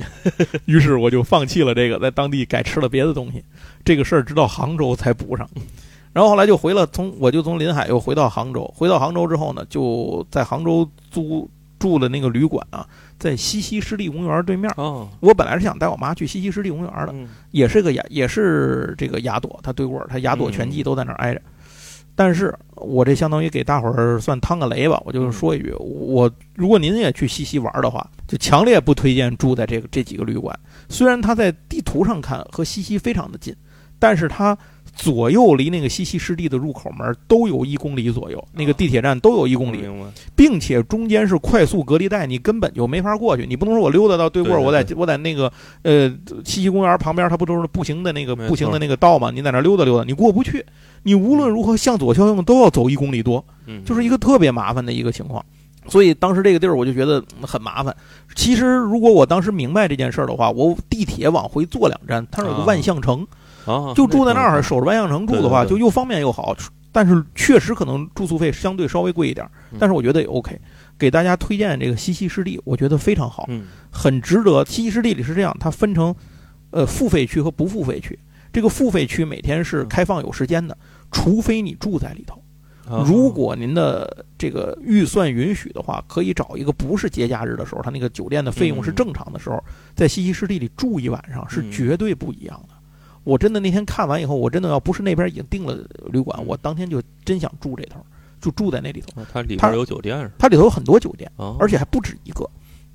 Speaker 1: 于是我就放弃了这个，在当地改吃了别的东西。这个事儿直到杭州才补上，然后后来就回了，从我就从临海又回到杭州，回到杭州之后呢，就在杭州租住了那个旅馆啊，在西溪湿地公园对面。
Speaker 2: 哦，
Speaker 1: 我本来是想带我妈去西溪湿地公园的，
Speaker 2: 嗯
Speaker 1: 也是个雅，也是这个雅朵，它对过儿，它雅朵全季都在那儿挨着。但是我这相当于给大伙儿算趟个雷吧，我就说一句，我如果您也去西溪玩儿的话，就强烈不推荐住在这个这几个旅馆。虽然它在地图上看和西溪非常的近，但是它左右离那个西溪湿地的入口门儿都有一公里左右，那个地铁站都有一公里，
Speaker 2: 明白，
Speaker 1: 并且中间是快速隔离带，你根本就没法过去。你不能说我溜达到对过儿，
Speaker 2: 对对
Speaker 1: 我在
Speaker 2: 对
Speaker 1: 我在那个呃西溪公园旁边，它不都是步行的那个
Speaker 2: 没错
Speaker 1: 步行的那个道吗？你在那儿溜达溜达，你过不去。你无论如何向左向右都要走一公里多，
Speaker 2: 嗯，
Speaker 1: 就是一个特别麻烦的一个情况。所以当时这个地儿我就觉得嗯很麻烦。其实如果我当时明白这件事儿的话，我地铁往回坐两站，它是有个
Speaker 2: 啊
Speaker 1: 万象城，
Speaker 2: 啊，
Speaker 1: 就住在那儿，
Speaker 2: 挺好
Speaker 1: 守着万象城住的话，
Speaker 2: 对对对
Speaker 1: 就又方便又好。但是确实可能住宿费相对稍微贵一点儿
Speaker 2: 嗯，
Speaker 1: 但是我觉得也 OK。给大家推荐这个西溪湿地，我觉得非常好，
Speaker 2: 嗯
Speaker 1: 很值得。西溪湿地里是这样，它分成呃付费区和不付费区。这个付费区每天是
Speaker 2: 嗯
Speaker 1: 开放有时间的，除非你住在里头。
Speaker 2: 啊
Speaker 1: 如果您的这个预算允许的话，可以找一个不是节假日的时候，他那个酒店的费用是正常的时候，在西溪湿地里住一晚上是
Speaker 2: 嗯
Speaker 1: 绝对不一样的。我真的那天看完以后，我真的要不是那边已经订了旅馆，
Speaker 2: 嗯
Speaker 1: 我当天就真想住这头，就住在那里头。
Speaker 2: 啊它里
Speaker 1: 它
Speaker 2: 边有酒店是吧
Speaker 1: 它里头有很多酒店，
Speaker 2: 啊，
Speaker 1: 而且还不止一个。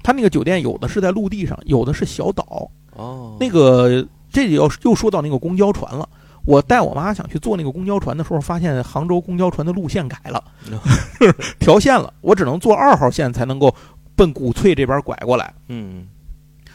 Speaker 1: 它那个酒店有的是在陆地上，有的是小岛，
Speaker 2: 哦
Speaker 1: 那个这里要又说到那个公交船了。我带我妈想去坐那个公交船的时候，发现杭州公交船的路线改了， (laughs) 调线了，我只能坐二号线才能够奔古翠这边拐过来。
Speaker 2: 嗯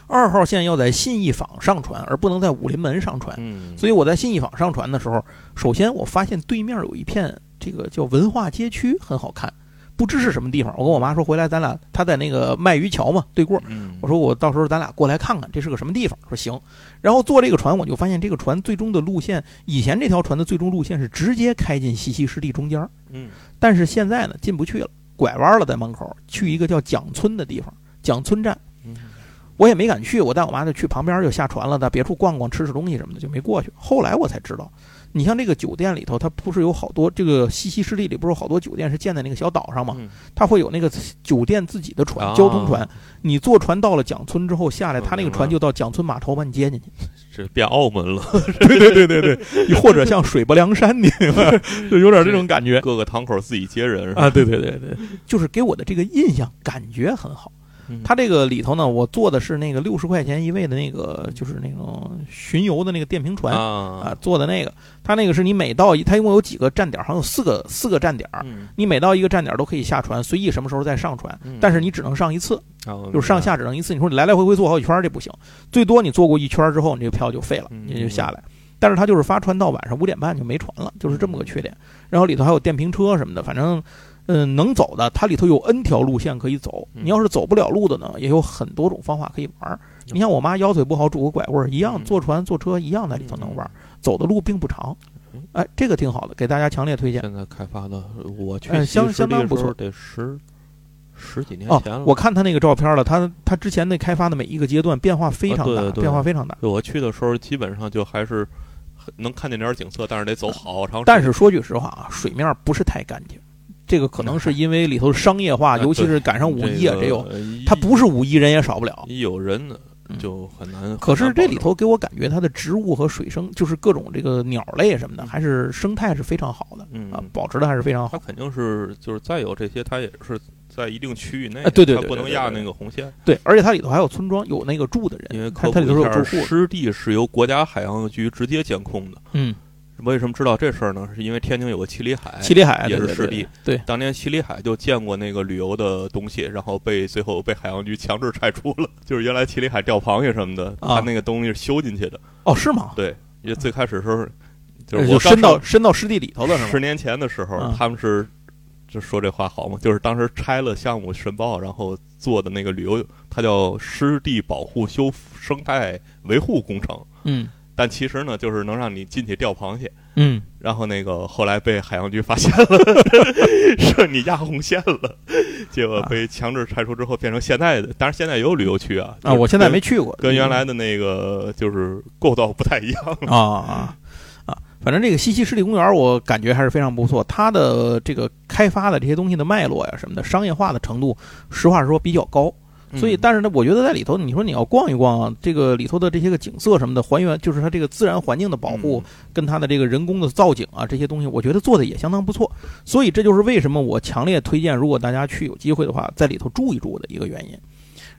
Speaker 1: 二号线要在信义坊上船，而不能在武林门上船。
Speaker 2: 嗯，
Speaker 1: 哎所以
Speaker 2: 以
Speaker 1: 我在信义坊上船的时候，首先我发现对面有一片这个叫文化街区，很好看，不知是什么地方。我跟我妈说，回来咱俩她在那个麦鱼桥嘛对过，
Speaker 2: 嗯
Speaker 1: 我说我到时候咱俩过来看看这是个什么地方。说行，然后坐这个船，我就发现这个船最终的路线，以前这条船的最终路线是直接开进西溪湿地中间儿，
Speaker 2: 嗯
Speaker 1: 但是现在呢进不去了，拐弯了，在门口去一个叫蒋村的地方，蒋村站。
Speaker 2: 嗯
Speaker 1: 我也没敢去，我带我妈就去旁边就下船了，在别处逛逛、吃吃东西什么的，就没过去。后来我才知道，你像这个酒店里头，它不是有好多这个西溪湿地里不是有好多酒店是建在那个小岛上吗？
Speaker 2: 嗯
Speaker 1: 它会有那个酒店自己的船，
Speaker 2: 啊
Speaker 1: 交通船。你坐船到了蒋村之后下来，
Speaker 2: 嗯
Speaker 1: 他那个
Speaker 2: 明白
Speaker 1: 船
Speaker 2: 了
Speaker 1: 就到蒋村码头把你接进去。 (laughs)
Speaker 2: 这变澳门了，
Speaker 1: 对对对对对，或者像水泊梁山，你
Speaker 2: (laughs)
Speaker 1: 明白，就有点这种感觉
Speaker 2: 各个堂口自己接人是
Speaker 1: (laughs)
Speaker 2: 吧？
Speaker 1: 啊。对对对对，就是给我的这个印象感觉很好。
Speaker 2: 嗯
Speaker 1: 它这个里头呢，我坐的是那个六十块钱一位的那个，就是那种巡游的那个电瓶船
Speaker 2: 啊
Speaker 1: 啊，坐的那个。它那个是你每到一，它一共有几个站点，好像有四个四个站点，
Speaker 2: 嗯
Speaker 1: 你每到一个站点都可以下船，随意什么时候再上船，但是你只能上一次。
Speaker 2: 哦
Speaker 1: 就是上下只能一次。你说你来来回回坐好几圈儿这不行，最多你坐过一圈儿之后，你这个票就废了，
Speaker 2: 嗯
Speaker 1: 你就下来。但是它就是发船到晚上五点半就没船了，就是这么个
Speaker 2: 嗯
Speaker 1: 缺点。然后里头还有电瓶车什么的，反正，嗯、能走的它里头有 N 条路线可以走。
Speaker 2: 嗯
Speaker 1: 你要是走不了路的呢，也有很多种方法可以玩儿。你像我妈腰腿不好，拄个拐棍儿，一样
Speaker 2: 嗯
Speaker 1: 坐船坐车一样在里头能玩儿，走的路并不长
Speaker 2: 嗯。
Speaker 1: 哎，这个挺好的，给大家强烈推荐。
Speaker 2: 现在开发的，我去
Speaker 1: 嗯
Speaker 2: 西
Speaker 1: 相
Speaker 2: 施
Speaker 1: 相
Speaker 2: 地
Speaker 1: 当
Speaker 2: 的
Speaker 1: 不
Speaker 2: 时候
Speaker 1: 错
Speaker 2: 得十十几年
Speaker 1: 哦
Speaker 2: 前了。，
Speaker 1: 我看他那个照片了，他他之前那开发的每一个阶段变化非常
Speaker 2: 啊对
Speaker 1: 大，
Speaker 2: 对
Speaker 1: 变化非常大。
Speaker 2: 就我去的时候，基本上就还是很能看见点儿景色，但是得走好长时间。
Speaker 1: 但是说句实话啊，水面不是太干净，这个可能是因为里头商业化，
Speaker 2: 啊
Speaker 1: 尤其是赶上五一啊，这
Speaker 2: 这个
Speaker 1: 有它不是五一人也少不了。
Speaker 2: 一有人呢
Speaker 1: 嗯
Speaker 2: 就很难。很
Speaker 1: 可是
Speaker 2: 难
Speaker 1: 这
Speaker 2: 保
Speaker 1: 里
Speaker 2: 证
Speaker 1: 头给我感觉，它的植物和水生，就是各种这个鸟类什么的，还是生态是非常好的
Speaker 2: 嗯
Speaker 1: 啊，保持的还是非常
Speaker 2: 它
Speaker 1: 好。
Speaker 2: 肯定是就是再有这些，它也是在一定区域内
Speaker 1: 哎，对对
Speaker 2: 它
Speaker 1: 对
Speaker 2: 不
Speaker 1: 对
Speaker 2: 能
Speaker 1: 对
Speaker 2: 压
Speaker 1: 对
Speaker 2: 那个红线，
Speaker 1: 对，而且它里头还有村庄，有那个住的人，
Speaker 2: 因为
Speaker 1: 它
Speaker 2: 科
Speaker 1: 它
Speaker 2: 普
Speaker 1: 里头是有
Speaker 2: 一下，
Speaker 1: 住户的。
Speaker 2: 湿地是由国家海洋局直接监控的。
Speaker 1: 嗯，
Speaker 2: 为什么知道这事儿呢？是因为天津有个七里海，
Speaker 1: 七里海
Speaker 2: 哎也
Speaker 1: 对
Speaker 2: 是
Speaker 1: 对
Speaker 2: 湿
Speaker 1: 对
Speaker 2: 地
Speaker 1: 对，
Speaker 2: 当年七里海就建过那个旅游的东西，然后被最后被海洋局强制拆除了。 (laughs) 就是原来七里海钓螃蟹什么的，
Speaker 1: 啊
Speaker 2: 它那个东西是修进去的。
Speaker 1: 哦，是吗？
Speaker 2: 对，因为最开始的时候就
Speaker 1: 哎就是
Speaker 2: 我刚
Speaker 1: 深到
Speaker 2: 上
Speaker 1: 深到湿地里头了是
Speaker 2: 十
Speaker 1: 吗？
Speaker 2: 年前的时候，
Speaker 1: 嗯
Speaker 2: 他们是就说这话好吗？就是当时拆了项目申报，然后做的那个旅游，它叫湿地保护修复生态维护工程。
Speaker 1: 嗯
Speaker 2: 但其实呢，就是能让你进去钓螃蟹。
Speaker 1: 嗯，
Speaker 2: 然后那个后来被海洋局发现了， (laughs) 是你压红线了，结果被强制拆除之后变成现在的，当然现在也有旅游区啊。
Speaker 1: 啊，
Speaker 2: 就是
Speaker 1: 我现在
Speaker 2: 跟
Speaker 1: 没嗯去过，
Speaker 2: 跟原来的那个就是构造不太一样 (laughs)
Speaker 1: (laughs)
Speaker 2: 了。
Speaker 1: 啊啊啊！反正这个西溪湿地公园，我感觉还是非常不错。它的这个开发的这些东西的脉络呀什么的，商业化的程度，实话实说比较高。嗯所以，但是呢，我觉得在里头，你说你要逛一逛啊，这个里头的这些个景色什么的，还原就是它这个自然环境的保护，跟它的这个人工的造景啊这些东西，我觉得做的也相当不错。所以这就是为什么我强烈推荐，如果大家去有机会的话，在里头住一住的一个原因。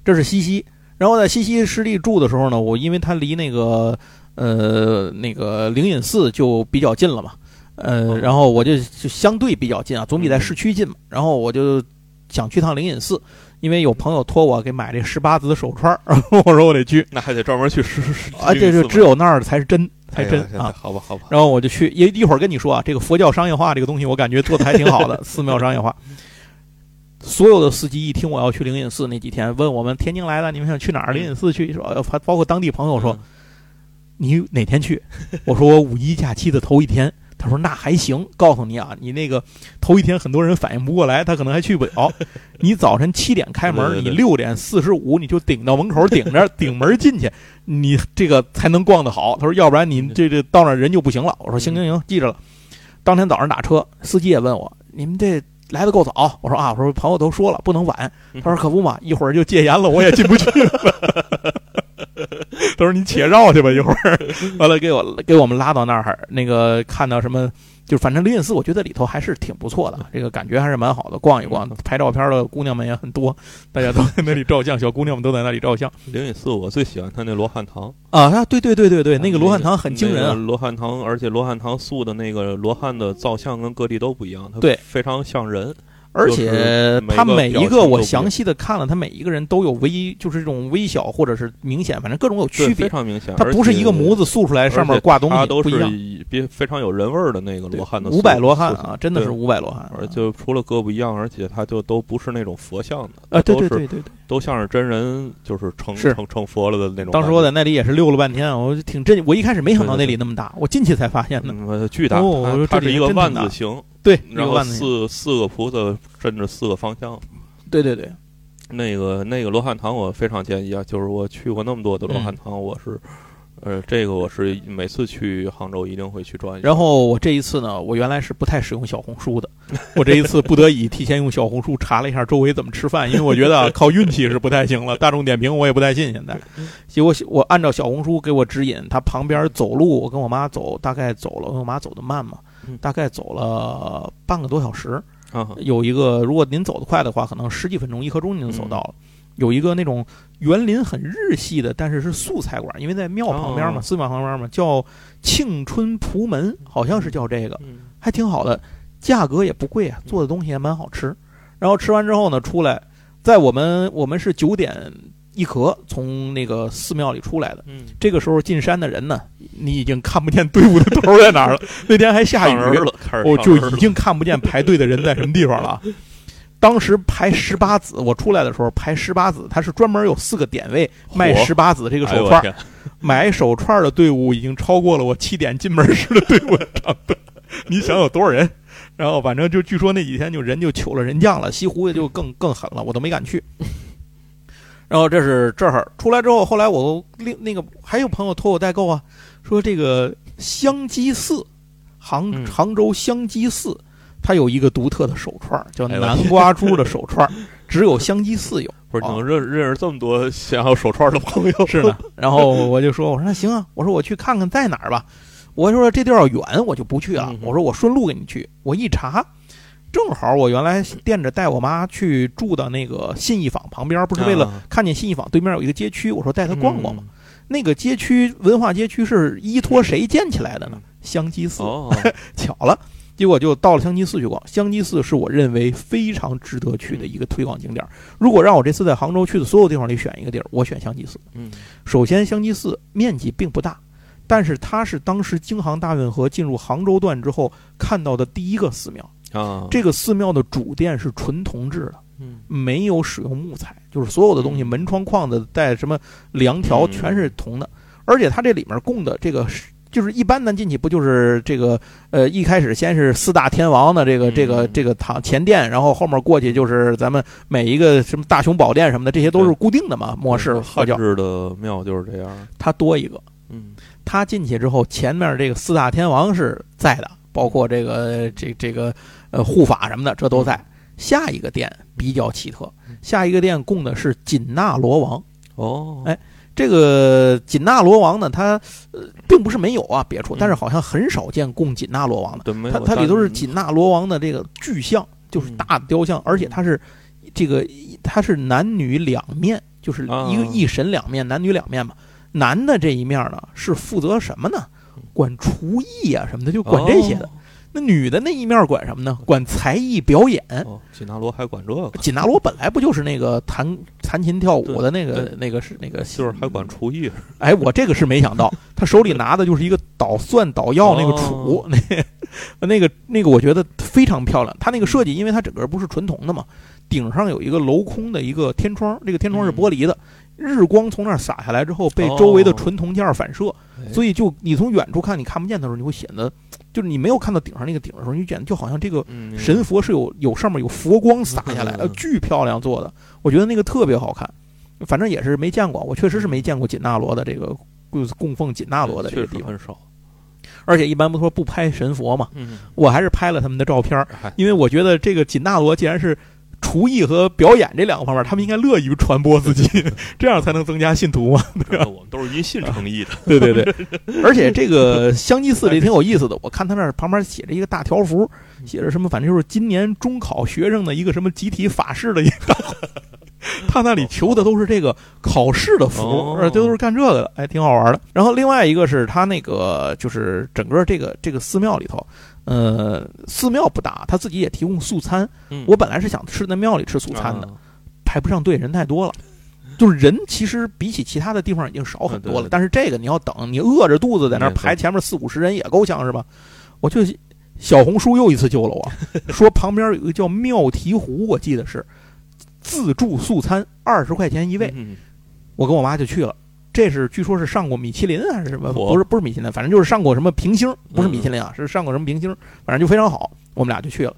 Speaker 1: 这是西溪，然后在西溪湿地住的时候呢，我因为它离那个呃那个灵隐寺就比较近了嘛，呃，
Speaker 2: 哦嗯
Speaker 1: 然后我就就相对比较近啊，总比在市区近嘛。然后我就想去趟灵隐寺，因为有朋友托我给买这十八子手串
Speaker 2: (laughs)
Speaker 1: 儿，然后我说我得去，
Speaker 2: 那还得专门去试试。
Speaker 1: 啊，这是只有那儿才是真，才真
Speaker 2: 哎呀
Speaker 1: 啊。
Speaker 2: 好吧，好吧。
Speaker 1: 然后我就去，一一会儿跟你说啊，这个佛教商业化这个东西，我感觉做的还挺好
Speaker 2: (laughs)
Speaker 1: 的，寺庙商业化。所有的司机一听我要去灵隐寺那几天，问我们天津来的，你们想去哪儿？灵隐寺去，说呃
Speaker 2: 嗯
Speaker 1: 包括当地朋友说，你哪天去？我说我五一假期的头一天。他说那还行，告诉你啊，你那个头一天很多人反应不过来，他可能还去不了。你早晨七点开门，
Speaker 2: 对对对
Speaker 1: 你六点四十五你就顶到门口，顶着顶门进去，你这个才能逛得好。他说，要不然你这这到那儿人就不行了。我说行行行，记着了。当天早上打车，司机也问我，你们这来的够早。我说啊，我说朋友都说了不能晚。他说可不嘛，一会儿就戒严了，我也进不去了。他说你且绕去吧，一会儿。完了给我给我们拉到那儿，那个看到什么，就是反正灵隐寺，我觉得里头还是挺不错的，这个感觉还是蛮好的。逛一逛，拍照片的姑娘们也很多，大家都在那里照相，小姑娘们都在那里照相
Speaker 2: 灵隐寺我最喜欢它那罗汉堂，
Speaker 1: 啊啊！对对对对对，那个罗汉堂很惊人啊
Speaker 2: 那个罗汉堂，而且罗汉堂塑的那个罗汉的造像跟各地都不一样，它
Speaker 1: 对
Speaker 2: 非常像人。
Speaker 1: 而且他每
Speaker 2: 就是每
Speaker 1: 一
Speaker 2: 个表情都
Speaker 1: 个
Speaker 2: 不一
Speaker 1: 我
Speaker 2: 样
Speaker 1: 详细的看了，他每一个人都有微，就是这种微小或者是明显，反正各种有
Speaker 2: 对，
Speaker 1: 区
Speaker 2: 非
Speaker 1: 别。
Speaker 2: 常明显。
Speaker 1: 它不是一个模子
Speaker 2: 子，
Speaker 1: 塑出来，上
Speaker 2: 而
Speaker 1: 面
Speaker 2: 且
Speaker 1: 挂东
Speaker 2: 它
Speaker 1: 西
Speaker 2: 都
Speaker 1: 不一样
Speaker 2: 是。以比非常有人味儿的那个罗汉的塑
Speaker 1: 五百罗汉
Speaker 2: 塑
Speaker 1: 啊，真的是
Speaker 2: 对
Speaker 1: 五百罗汉啊。
Speaker 2: 而就除了胳膊一样，而且它就都不是那种佛像的
Speaker 1: 啊，对对
Speaker 2: 都是
Speaker 1: 对对对，
Speaker 2: 都像是真人，就是成
Speaker 1: 是
Speaker 2: 成成佛了的那种感觉。
Speaker 1: 当时我在那里也是溜了半天，我就挺震，我一开始没想到那里那么大，我进去才发现的。
Speaker 2: 嗯呃巨大，
Speaker 1: 哦我说
Speaker 2: 它它
Speaker 1: 这里
Speaker 2: 是一个
Speaker 1: 真挺
Speaker 2: 万
Speaker 1: 大
Speaker 2: 字形，
Speaker 1: 对，
Speaker 2: 然
Speaker 1: 六
Speaker 2: 后
Speaker 1: 万那个，
Speaker 2: 四四个菩萨镇着四个方向。
Speaker 1: 对对
Speaker 2: 哎
Speaker 1: 对，
Speaker 2: 那个那个罗汉堂，我非常建议啊，就是我去过那么多的罗汉
Speaker 1: 嗯
Speaker 2: 堂，我是，呃，这个我是每次去杭州一定会去转一圈。
Speaker 1: 然后我这一次呢，我原来是不太使用小红书的， (laughs) 我这一次不得已提前用小红书查了一下周围怎么吃饭，因为我觉得啊靠运气是不太行了，大众点评我也不太信现
Speaker 2: (laughs)
Speaker 1: 在。结果我按照小红书给我指引，它旁边走路，我跟我妈走，大概走了，因为我妈走得慢嘛
Speaker 2: 嗯，
Speaker 1: 大概走了半个多小时，
Speaker 2: 啊，
Speaker 1: 有一个，如果您走得快的话，可能十几分钟、一刻钟您就走到
Speaker 2: 嗯
Speaker 1: 了。有一个那种园林很日系的，但是是素菜馆，因为在庙旁边嘛，
Speaker 2: 哦
Speaker 1: 寺庙旁边嘛，叫庆春蒲门，好像是叫这个，
Speaker 2: 嗯
Speaker 1: 还挺好的，价格也不贵啊，做的东西也蛮好吃。然后吃完之后呢，出来，在我们我们是九点一刻从那个寺庙里出来的。
Speaker 2: 嗯，
Speaker 1: 这个时候进山的人呢，你已经看不见队伍的头儿在哪儿
Speaker 2: (laughs)
Speaker 1: 了。那天还下雨啊
Speaker 2: 上人了，开始
Speaker 1: 我
Speaker 2: 上
Speaker 1: 就
Speaker 2: 人
Speaker 1: 已
Speaker 2: 了
Speaker 1: 经看不见排队的人在什么地方了啊。 (laughs) 当时排十八子，我出来的时候排十八子，它是专门有四个点位卖
Speaker 2: 嚯
Speaker 1: 十八子这个
Speaker 2: 哎呦
Speaker 1: 手
Speaker 2: 我
Speaker 1: 串。
Speaker 2: 天
Speaker 1: 买手串的队伍已经超过了我七点进门时的队伍的长度，你想有多少人？然后反正就据说那几天就人就糗了人降了，西湖也就更更狠了，我都没敢去。 (laughs) 然后这是这儿出来之后，后来我另那个还有朋友托我代购啊，说这个香积寺，杭
Speaker 2: 嗯
Speaker 1: 杭州香积寺，它有一个独特的手串儿，叫
Speaker 2: 哎呦我
Speaker 1: 南瓜珠的手串儿，只有香积寺有。
Speaker 2: 不是
Speaker 1: 啊
Speaker 2: 能认认识这么多想要手串的朋友，
Speaker 1: 是
Speaker 2: (laughs)
Speaker 1: 呢。然后我就说，我说那行啊，我说我去看看在哪儿吧。我说这地儿要远，我就不去了
Speaker 2: 嗯。
Speaker 1: 我说我顺路给你去。我一查，正好我原来惦着带我妈去住的那个信义坊旁边，不是为了
Speaker 2: 啊
Speaker 1: 看见信义坊对面有一个街区，我说带她逛逛吧。
Speaker 2: 嗯
Speaker 1: 那个街区文化街区是依托谁建起来的呢？香积寺。
Speaker 2: 嗯哦，
Speaker 1: 巧了，结果就到了香积寺去逛。香积寺是我认为非常值得去的
Speaker 2: 嗯
Speaker 1: 一个推广景点儿。如果让我这次在杭州去的所有地方里选一个地儿，我选香积寺。
Speaker 2: 嗯
Speaker 1: 首先，香积寺面积并不大，但是它是当时京杭大运河进入杭州段之后看到的第一个寺庙。
Speaker 2: 啊，
Speaker 1: 这个寺庙的主殿是纯铜制的，
Speaker 2: 嗯
Speaker 1: 没有使用木材，就是所有的东西，
Speaker 2: 嗯
Speaker 1: 门窗、框子、带什么梁条，
Speaker 2: 嗯
Speaker 1: 全是铜的。而且它这里面供的这个是，就是一般咱进去不就是这个呃，一开始先是四大天王的这个
Speaker 2: 嗯
Speaker 1: 这个这个堂前殿，然后后面过去就是咱们每一个什么大雄宝殿什么的，这些都是
Speaker 2: 对
Speaker 1: 固定的嘛模式
Speaker 2: 嗯汉
Speaker 1: 佛教，
Speaker 2: 制的庙就是这样，
Speaker 1: 它多一个。
Speaker 2: 嗯
Speaker 1: 他进去之后，前面这个四大天王是在的，包括这个这这个呃护法什么的，这都在。下一个殿比较奇特，下一个殿供的是紧那罗王。
Speaker 2: 哦，
Speaker 1: 哎这个紧那罗王呢，他呃并不是没有啊别处
Speaker 2: 嗯，
Speaker 1: 但是好像很少见供紧那罗王的。
Speaker 2: 对，没
Speaker 1: 它
Speaker 2: 有嗯
Speaker 1: 它里头是
Speaker 2: 单
Speaker 1: 紧那罗王的这个巨像，就是大的雕像，而且它是这个它是男女两面，就是一个
Speaker 2: 啊
Speaker 1: 一神两面，男女两面嘛。男的这一面呢是负责什么呢
Speaker 2: 嗯？
Speaker 1: 管厨艺啊什么的，就管这些
Speaker 2: 哦
Speaker 1: 的。那女的那一面管什么呢？管才艺表演。
Speaker 2: 哦。哦，紧那罗还管这个，
Speaker 1: 紧那罗本来不就是那个弹弹琴跳舞的那
Speaker 2: 对
Speaker 1: 个
Speaker 2: 对
Speaker 1: 那个是那个
Speaker 2: 就是还管厨艺，
Speaker 1: 哎，我这个是没想
Speaker 2: (laughs)
Speaker 1: 到，他手里拿的就是一个捣蒜捣药那个杵，
Speaker 2: 哦
Speaker 1: 那那个那个，我觉得非常漂亮。它那个设计，因为它整个不是纯铜的嘛，顶上有一个镂空的一个天窗，这个天窗是
Speaker 2: 嗯
Speaker 1: 玻璃的，日光从那儿洒下来之后，被
Speaker 2: 哦
Speaker 1: 周围的纯铜件儿反射，
Speaker 2: 哎
Speaker 1: 所以就你从远处看你看不见的时候，你会显得就是你没有看到顶上那个顶的时候，你就觉得就好像这个
Speaker 2: 嗯
Speaker 1: 神佛是有有上面有佛光洒下来，
Speaker 2: 嗯
Speaker 1: 呃，巨漂亮做的，我觉得那个特别好看。反正也是没见过，我确实是没见过紧那罗的这个就是供奉紧那罗的这
Speaker 2: 嗯确
Speaker 1: 个
Speaker 2: 实
Speaker 1: 地方，
Speaker 2: 很少，
Speaker 1: 而且一般不说不拍神佛嘛，
Speaker 2: 嗯，
Speaker 1: 我还是拍了他们的照片儿，
Speaker 2: 嗨
Speaker 1: 因为我觉得这个紧那罗既然是厨艺和表演这两个方面，他们应该乐于传播自己， (laughs) 这样才能增加信徒嘛。
Speaker 2: 这个我们都是因信
Speaker 1: 啊
Speaker 2: 诚意的， (laughs)
Speaker 1: 对对对，而且这个香积寺这挺有意
Speaker 2: (laughs)
Speaker 1: 思的，我看他那儿旁边写着一个大条幅，
Speaker 2: 嗯
Speaker 1: 写着什么，反正就是今年中考学生的一个什么集体法事的一个
Speaker 2: (laughs)
Speaker 1: 大会。他那里求的都是这个考试的福
Speaker 2: 哦，
Speaker 1: 呃，这都是干这个的，哎，挺好玩的。然后另外一个是他那个就是整个这个这个寺庙里头，呃，寺庙不大，他自己也提供素餐。
Speaker 2: 嗯
Speaker 1: 我本来是想吃那庙里吃素餐的，
Speaker 2: 啊
Speaker 1: 排不上队，人太多了。就是人其实比起其他的地方已经少很多
Speaker 2: 嗯对
Speaker 1: 了，但是这个你要等，你饿着肚子在那儿
Speaker 2: 嗯
Speaker 1: 排
Speaker 2: 对
Speaker 1: 前面四五十人也够呛是吧？我就小红书又一次救了
Speaker 2: (laughs)
Speaker 1: 我，说旁边有一个叫妙提湖，我记得是自助素餐，二十块钱一位，
Speaker 2: 嗯
Speaker 1: 我跟我妈就去了。这是据说是上过米其林还是什么？
Speaker 2: 嚯
Speaker 1: 不是不是米其林，反正就是上过什么评星，不是
Speaker 2: 嗯
Speaker 1: 米其林啊，是上过什么评星，反正就非常好。我们俩就去了，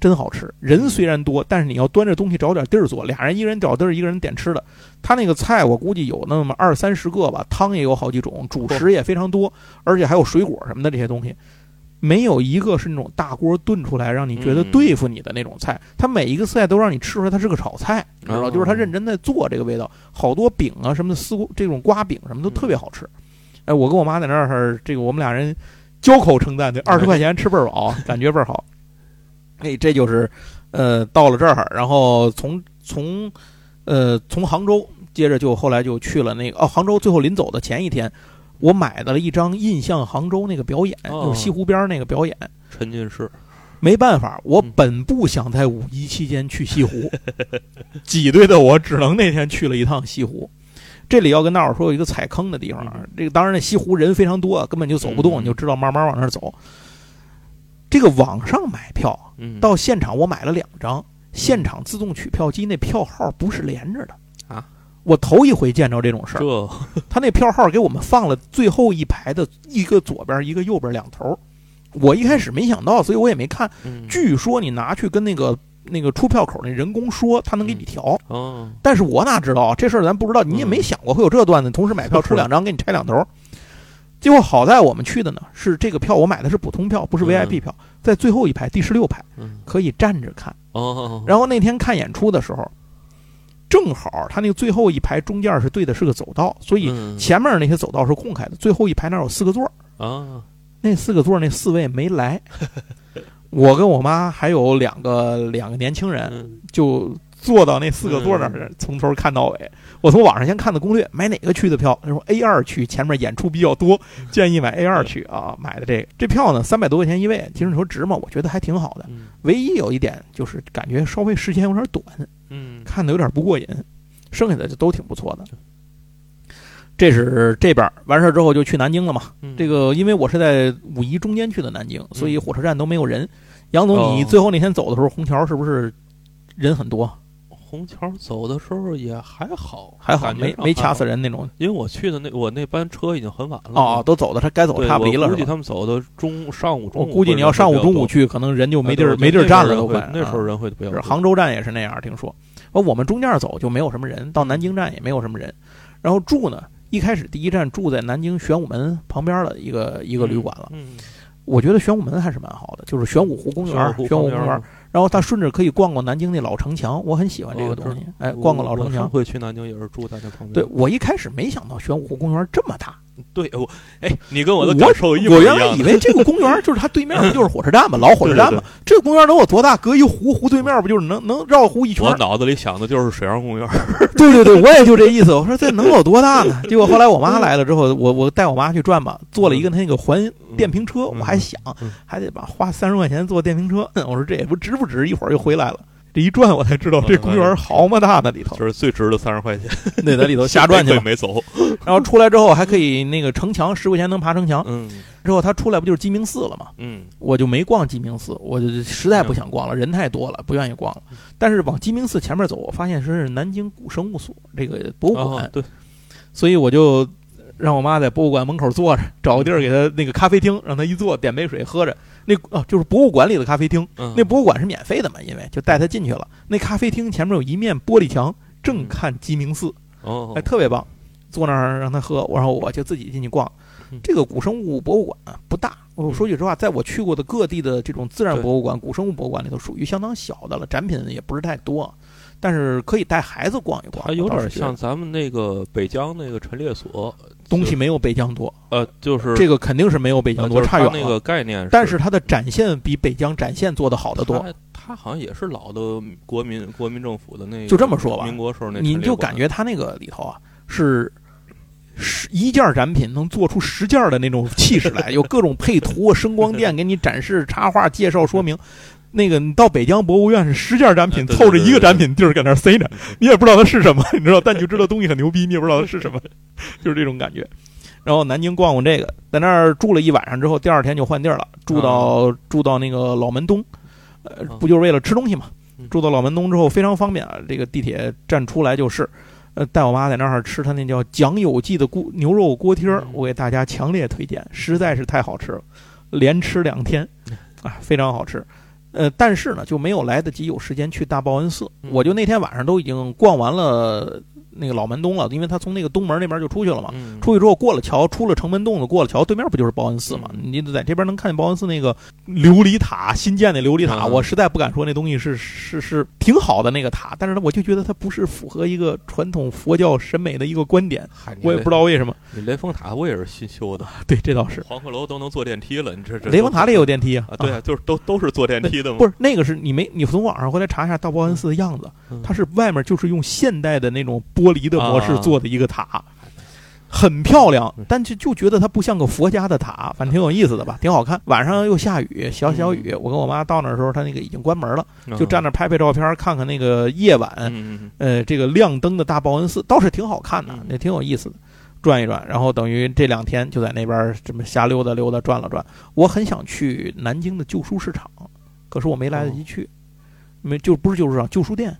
Speaker 1: 真好吃。
Speaker 2: 嗯
Speaker 1: 人虽然多，但是你要端着东西找点地儿坐，俩人一个人找地儿，一个人点吃的。他那个菜我估计有那么二三十个吧，汤也有好几种，主食也非常多，而且还有水果什么的这些东西。没有一个是那种大锅炖出来让你觉得
Speaker 2: 嗯
Speaker 1: 对付你的那种菜，它每一个菜都让你吃出来它是个炒菜，你知道，
Speaker 2: 哦
Speaker 1: 就是它认真在做这个味道。好多饼啊什么的，丝瓜这种瓜饼什么都特别好吃。哎，我跟我妈在那儿，这个我们俩人交口称赞，这二十块钱吃倍儿 (laughs) 饱，感觉倍儿好。嗯哎，这就是，呃，到了这儿，然后从从，呃，从杭州接着就后来就去了那个哦，杭州最后临走的前一天，我买的了一张印象杭州那个表演，
Speaker 2: 哦
Speaker 1: 就是西湖边儿那个表演。
Speaker 2: 沉浸式，
Speaker 1: 没办法，我
Speaker 2: 嗯
Speaker 1: 本不想在五一期间去西湖，
Speaker 2: (laughs)
Speaker 1: 挤兑的我只能那天去了一趟西湖。这里要跟大伙儿说有一个踩坑的地方啊
Speaker 2: 嗯，
Speaker 1: 这个当然那西湖人非常多啊，根本就走不
Speaker 2: 嗯
Speaker 1: 动，你就知道慢慢往那儿走。这个网上买票
Speaker 2: 嗯，
Speaker 1: 到现场我买了两张，现场自动取票机那票号不是连着的
Speaker 2: 啊。
Speaker 1: 我头一回见着这种事儿，
Speaker 2: 这
Speaker 1: 他那票号给我们放了最后一排的一个左边一个右边两头儿，我一开始没想到，所以我也没看。
Speaker 2: 嗯
Speaker 1: 据说你拿去跟那个那个出票口那人工说，他能给你调。
Speaker 2: 哦，
Speaker 1: 但是我哪知道啊这事儿咱不知道，你也没
Speaker 2: 嗯
Speaker 1: 想过会有这段子，同时买票出两张给你拆两头儿。结果好在我们去的呢是这个票，我买的是普通票，不是
Speaker 2: 嗯
Speaker 1: VIP 票，在最后一排第十六排
Speaker 2: 嗯
Speaker 1: 可以站着看。
Speaker 2: 哦，
Speaker 1: 然后那天看演出的时候，正好他那个最后一排中间是对的是个走道，所以
Speaker 2: 嗯
Speaker 1: 前面那些走道是空开的，最后一排那儿有四个座儿
Speaker 2: 啊，
Speaker 1: 那四个座儿那四位没来，我跟我妈还有两个两个年轻人
Speaker 2: 嗯
Speaker 1: 就坐到那四个座儿那儿，从头看到尾。我从网上先看的攻略，买哪个区的票？他说 A 二区前面演出比较多，建议买 A 二区啊。买的这个这票呢，三百多块钱一位，其实你说值吗？我觉得还挺好的。
Speaker 2: 嗯
Speaker 1: 唯一有一点就是感觉稍微时间有点短，
Speaker 2: 嗯
Speaker 1: 看的有点不过瘾，剩下的就都挺不错的。这是这边儿完事儿之后就去南京了嘛，
Speaker 2: 嗯
Speaker 1: 这个因为我是在五一中间去的南京，所以火车站都没有人。杨总，
Speaker 2: 哦
Speaker 1: 你最后那天走的时候，虹桥是不是人很多？
Speaker 2: 虹桥走的时候也还好，
Speaker 1: 还好
Speaker 2: 感觉啊
Speaker 1: 没
Speaker 2: 上
Speaker 1: 没
Speaker 2: 还
Speaker 1: 掐
Speaker 2: 好
Speaker 1: 死，人那种。
Speaker 2: 因为我去的那我那班车已经很晚了
Speaker 1: 哦，，都走的，他该走
Speaker 2: 嗯对，
Speaker 1: 差不离
Speaker 2: 我
Speaker 1: 了
Speaker 2: 估
Speaker 1: 是
Speaker 2: 计
Speaker 1: 吧？
Speaker 2: 他们走的中上午中
Speaker 1: 我
Speaker 2: 午，
Speaker 1: 估计你要上午中午去，可能人就
Speaker 2: 就
Speaker 1: 没地儿没地儿站了都快。
Speaker 2: 哎那时候
Speaker 1: 啊
Speaker 2: 人会比较
Speaker 1: 是
Speaker 2: 多，
Speaker 1: 杭州站也是那样，听说。完我们中间走就没有什么人，到南京站也没有什么人。然后住呢，一开始第一站住在南京玄武门旁边的一个一
Speaker 2: 一
Speaker 1: 个旅馆了。
Speaker 2: 嗯，
Speaker 1: 我觉得玄武门还是蛮好的，就是玄武湖公园儿，
Speaker 2: 湖
Speaker 1: 玄武
Speaker 2: 公
Speaker 1: 公园儿。然后他顺着可以逛逛南京那老城墙，我很喜欢这个
Speaker 2: 哦知
Speaker 1: 东西。
Speaker 2: 儿
Speaker 1: 哎，逛逛老
Speaker 2: 我
Speaker 1: 城
Speaker 2: 上
Speaker 1: 墙。
Speaker 2: 回去南京也是住在那旁边，
Speaker 1: 对我一开始没想到玄武湖公园这么大，
Speaker 2: 对，我哎，你跟我的
Speaker 1: (laughs) 我
Speaker 2: 感受一模
Speaker 1: 我
Speaker 2: 一
Speaker 1: 原
Speaker 2: 样。
Speaker 1: 来以为这个公园就是它对面不就是火车站 (laughs) 嘛，老火车站嘛。这个公园能有多大？隔一湖，湖对面不就是能能绕湖一圈
Speaker 2: 我？脑子里想的就是水上公园，
Speaker 1: 对对对，我也就这意思。我说这能有多大 (laughs) 呢？结果后来我妈来了之后，我我带我妈去转吧，坐了一个那个环电瓶车，
Speaker 2: 嗯
Speaker 1: 我还想
Speaker 2: 嗯
Speaker 1: (laughs) 还得把花三十块钱坐电瓶车，我说这也不值不值？一会儿又回来了。这一转我才知道这公园好么大呢里头，
Speaker 2: 就是最值的三十块钱，
Speaker 1: (laughs) 那在里头瞎转去
Speaker 2: 幸亏 (laughs)
Speaker 1: 了。
Speaker 2: 没走。
Speaker 1: 然后出来之后还可以那个城墙，十块钱能爬城墙。
Speaker 2: 嗯
Speaker 1: 之后他出来不就是鸡鸣寺了吗？
Speaker 2: 嗯
Speaker 1: 我就没逛鸡鸣寺，我就实在不想逛了，人太多了，不愿意逛了。
Speaker 2: 嗯
Speaker 1: 但是往鸡鸣寺前面走，我发现是南京古生物所这个博物馆，
Speaker 2: 哦对，
Speaker 1: 所以我就让我妈在博物馆门口坐着，找个地儿给她那个咖啡厅，让她一坐，点杯水喝着。那哦，就是博物馆里的咖啡厅，
Speaker 2: 嗯
Speaker 1: 那博物馆是免费的嘛，因为就带她进去了。那咖啡厅前面有一面玻璃墙，
Speaker 2: 嗯
Speaker 1: 正看鸡鸣寺，
Speaker 2: 哦
Speaker 1: 哎，特别棒。坐那儿让他喝，我然后我就自己进去逛
Speaker 2: 嗯。
Speaker 1: 这个古生物博物馆啊不大，我说句实话，在我去过的各地的这种自然博物馆、古生物博物馆里头，属于相当小的了，展品也不是太多，但是可以带孩子逛一逛。
Speaker 2: 它有
Speaker 1: 我倒
Speaker 2: 点
Speaker 1: 是觉得
Speaker 2: 像咱们那个北疆那个陈列所，
Speaker 1: 东西没有北疆多，
Speaker 2: 呃，就是
Speaker 1: 这个肯定是没有北
Speaker 2: 呃
Speaker 1: 疆
Speaker 2: 就
Speaker 1: 多，
Speaker 2: 是
Speaker 1: 差
Speaker 2: 它
Speaker 1: 远
Speaker 2: 那
Speaker 1: 了。
Speaker 2: 个概念，
Speaker 1: 但是它的展现比北疆展现做得好得多，
Speaker 2: 它它好像也是老的国民国民政府的那个，
Speaker 1: 就这么说吧
Speaker 2: 民国时候那
Speaker 1: 你
Speaker 2: 陈列
Speaker 1: 就
Speaker 2: 馆
Speaker 1: 感觉它那个里头啊是。十一件展品能做出十件的那种气势
Speaker 2: (laughs)
Speaker 1: 来，有各种配图、啊声光电给你展示、插画、介绍、说
Speaker 2: (laughs)
Speaker 1: 明。那个你到北疆博物院是十件展品
Speaker 2: 嗯对
Speaker 1: 凑着一
Speaker 2: 对对
Speaker 1: 个
Speaker 2: 对
Speaker 1: 展品地儿搁那儿塞着，你也不知道它是什么，你知道，但你就知道东西很牛逼，你也不知道它是什么， (laughs) 就是这种感觉。然后南京逛逛这个，在那儿住了一晚上之后，第二天就换地儿了，住到、住到那个老门东，呃
Speaker 2: 啊，
Speaker 1: 不就是为了吃东西嘛
Speaker 2: 嗯？
Speaker 1: 住到老门东之后非常方便啊，这个地铁站出来就是。呃，带我妈在那儿吃她那叫蒋有记的锅牛肉锅贴儿
Speaker 2: 嗯，
Speaker 1: 我给大家强烈推荐，实在是太好吃了，连吃两天，
Speaker 2: 嗯
Speaker 1: 啊，非常好吃。呃，但是呢，就没有来得及有时间去大报恩寺，
Speaker 2: 嗯
Speaker 1: 我就那天晚上都已经逛完了那个老门东了，因为他从那个东门那边就出去了嘛。啊
Speaker 2: 嗯
Speaker 1: 出去之后过了桥，出了城门洞子，过了桥，对面不就是报恩寺嘛？
Speaker 2: 嗯
Speaker 1: 你就在这边能看见报恩寺那个琉璃塔，新建的琉璃塔。
Speaker 2: 嗯
Speaker 1: 我实在不敢说那东西是是是挺好的那个塔，但是呢，我就觉得它不是符合一个传统佛教审美的一个观点，
Speaker 2: 嗨你
Speaker 1: 我也
Speaker 2: 雷
Speaker 1: 不知道为什么。
Speaker 2: 你雷峰塔我也是新修的，
Speaker 1: 对，这倒是。
Speaker 2: 黄鹤楼都能坐电梯了，你这这
Speaker 1: 雷峰塔里
Speaker 2: 有
Speaker 1: 有电梯啊
Speaker 2: 啊？对啊，就是都都是坐电梯的
Speaker 1: (laughs)
Speaker 2: 嘛，
Speaker 1: 不
Speaker 2: 是
Speaker 1: 是那个是你没你从网上回来查一下大报恩寺的样子，它是外面就是用现代的那种玻璃的模式
Speaker 2: 啊
Speaker 1: 做的一个塔，很漂亮，但是就觉得它不像个佛家的塔，反正挺有意思的吧，挺好看。晚上又下雨，小小雨，我跟我妈到那儿的时候，她那个已经关门了， (laughs) 就站
Speaker 2: 那
Speaker 1: 那儿拍拍照片，看看那个夜晚，
Speaker 2: 嗯嗯
Speaker 1: 呃，这个亮灯的大报恩寺倒是挺好看的
Speaker 2: 嗯，
Speaker 1: 也挺有意思的。转一转，然后等于这两天就在那边儿这么瞎溜达溜达转了转。我很想去南京的旧书市场，可是我没来得及
Speaker 2: 哦
Speaker 1: 去，没就不是旧书市场，旧书店，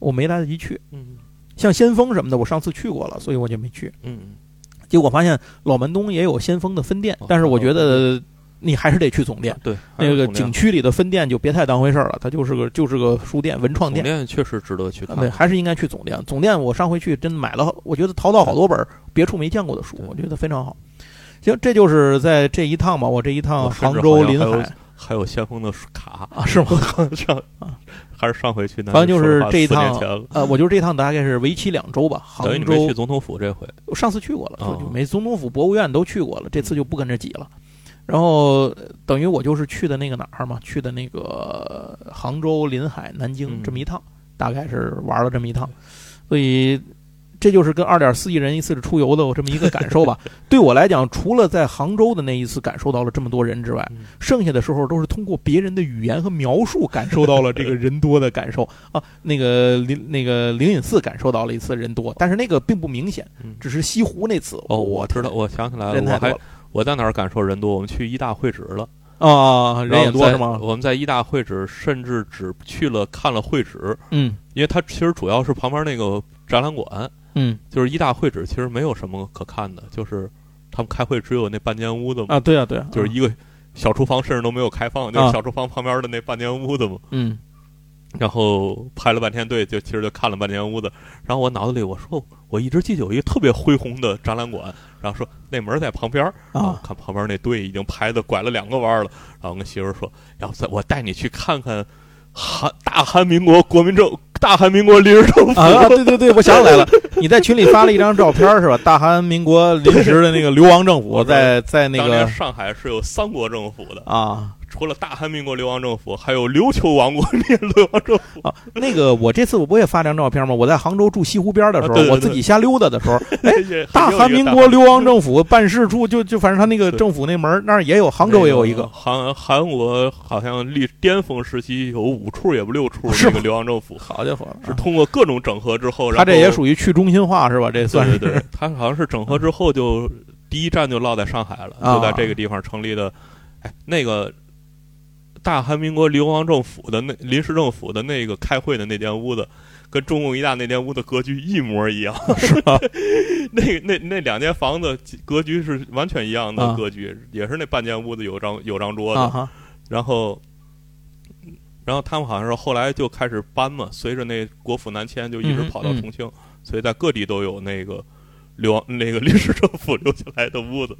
Speaker 1: 我没来得及去。
Speaker 2: 嗯
Speaker 1: 像先锋什么的，我上次去过了，所以我就没去。
Speaker 2: 嗯
Speaker 1: 结果发现老门东也有先锋的分店
Speaker 2: 哦，
Speaker 1: 但是我觉得你还是得去总店
Speaker 2: 嗯，。对，还
Speaker 1: 那
Speaker 2: 有
Speaker 1: 个
Speaker 2: 总店
Speaker 1: 景区里的分店就别太当回事儿了，它就是个就是个书店、文创
Speaker 2: 总
Speaker 1: 店。
Speaker 2: 店确实值得去看，
Speaker 1: 啊对，还是应该去总店。总店我上回去真买了，我觉得淘到好多本儿别处没见过的书
Speaker 2: 对，
Speaker 1: 我觉得非常好。行，这就是在这一趟吧，我这一趟
Speaker 2: 我甚
Speaker 1: 杭
Speaker 2: 至
Speaker 1: 州
Speaker 2: 好像
Speaker 1: 临
Speaker 2: 还有
Speaker 1: 海
Speaker 2: 还有先锋的卡，
Speaker 1: 啊， (laughs) 是吗？
Speaker 2: (laughs) 上
Speaker 1: 啊
Speaker 2: 还是上回去南
Speaker 1: 反正就
Speaker 2: 京
Speaker 1: 是
Speaker 2: 说的话
Speaker 1: 这一
Speaker 2: 四年
Speaker 1: 趟
Speaker 2: 前了，
Speaker 1: 呃，我就是这趟大概是为期两周吧。杭
Speaker 2: 等于你没
Speaker 1: 州
Speaker 2: 去总统府这回，
Speaker 1: 我上次去过了，
Speaker 2: 哦嗯
Speaker 1: 就就没总统府、博物院都去过了，这次就不跟着挤了。然后呃等于我就是去的那个哪儿嘛，去的那个呃杭州、临海、南京
Speaker 2: 嗯
Speaker 1: 这么一趟，大概是玩了这么一趟，所以这就是跟二点四亿人一次出游的我这么一个感受吧。对我来讲，除了在杭州的那一次感受到了这么多人之外，
Speaker 2: 嗯
Speaker 1: 剩下的时候都是通过别人的语言和描述感受到了这个人多的感
Speaker 2: (laughs)
Speaker 1: 受啊。那个灵那个灵隐寺感受到了一次人多，但是那个并不明显。
Speaker 2: 嗯
Speaker 1: 只是西湖那次。
Speaker 2: 哦，我知道，我想起来
Speaker 1: 人
Speaker 2: 了，
Speaker 1: 太
Speaker 2: 我
Speaker 1: 多
Speaker 2: 还
Speaker 1: 了
Speaker 2: 我在哪儿感受人多？我们去一大会址了，
Speaker 1: 啊，人也
Speaker 2: 然后
Speaker 1: 多
Speaker 2: 在
Speaker 1: 是吗？
Speaker 2: 我们在一大会址，甚至只去了看了会址，
Speaker 1: 嗯
Speaker 2: 因为它其实主要是旁边那个展览馆，
Speaker 1: 嗯
Speaker 2: 就是一大会址，其实没有什么可看的，就是他们开会只有那半间屋子嘛，
Speaker 1: 啊，对啊对啊，
Speaker 2: 就是一个小厨房，甚至都没有开放，就
Speaker 1: 啊
Speaker 2: 是小厨房旁边的那半间屋子嘛。
Speaker 1: 嗯
Speaker 2: 然后排了半天队，就其实就看了半间屋子。然后我脑子里我说，我一直记得有一个特别恢宏的展览馆，然后说那门在旁边儿
Speaker 1: 啊，
Speaker 2: 看旁边那队已经排的拐了两个弯儿了。然后我跟媳妇儿说，要不再我带你去看看韩大韩民国国民政大韩民国临时政府。
Speaker 1: 啊，对对对，我想起
Speaker 2: (laughs)
Speaker 1: 来了，你在群里发了一张照片是吧？大韩民国临时的那个流亡政府
Speaker 2: 我说
Speaker 1: 在在那
Speaker 2: 当年
Speaker 1: 个
Speaker 2: 上海是有三国政府的，
Speaker 1: 啊，
Speaker 2: 除了大韩民国流亡政府，还有琉球王国 (laughs) 流亡政府。
Speaker 1: 啊，
Speaker 2: (laughs)
Speaker 1: 那个我这次我不也发张照片吗？我在杭州住西湖边的时候，
Speaker 2: 啊对对对
Speaker 1: 我自己瞎溜达的
Speaker 2: (laughs)
Speaker 1: 时候，
Speaker 2: 这也
Speaker 1: 哎大
Speaker 2: 很有
Speaker 1: 韩
Speaker 2: 一
Speaker 1: 民
Speaker 2: 个
Speaker 1: 国流亡政府办事处就就反正他那个
Speaker 2: 对
Speaker 1: 政府那门儿那儿也有，杭州也有一
Speaker 2: 那 (laughs)
Speaker 1: 个。
Speaker 2: 韩韩国好像历巅峰时期有五处也不六处
Speaker 1: 是
Speaker 2: 这
Speaker 1: 吗
Speaker 2: 个流亡政府，
Speaker 1: 好家伙，啊
Speaker 2: 是通过各种整合之后，
Speaker 1: 他这
Speaker 2: 然后
Speaker 1: 也属于去中心化是吧？这算
Speaker 2: 对
Speaker 1: 是
Speaker 2: 对对，他好像是整合之后就第一站就落在上海了，
Speaker 1: 啊
Speaker 2: 就在这个地方成立的，哎，那个大韩民国流亡政府的那临时政府的那个开会的那间屋子，跟中共一大那间屋的格局一模一样，是 (laughs) 吧？那那那两间房子格局是完全一样的
Speaker 1: 啊
Speaker 2: 格局，也是那半间屋子有张有张桌子，
Speaker 1: 啊哈
Speaker 2: 然后，然后他们好像是后来就开始搬嘛，随着那国府南迁，就一直
Speaker 1: 嗯
Speaker 2: 跑到
Speaker 1: 嗯
Speaker 2: 重庆，所以在各地都有那个流亡那个临时政府留下来的屋子。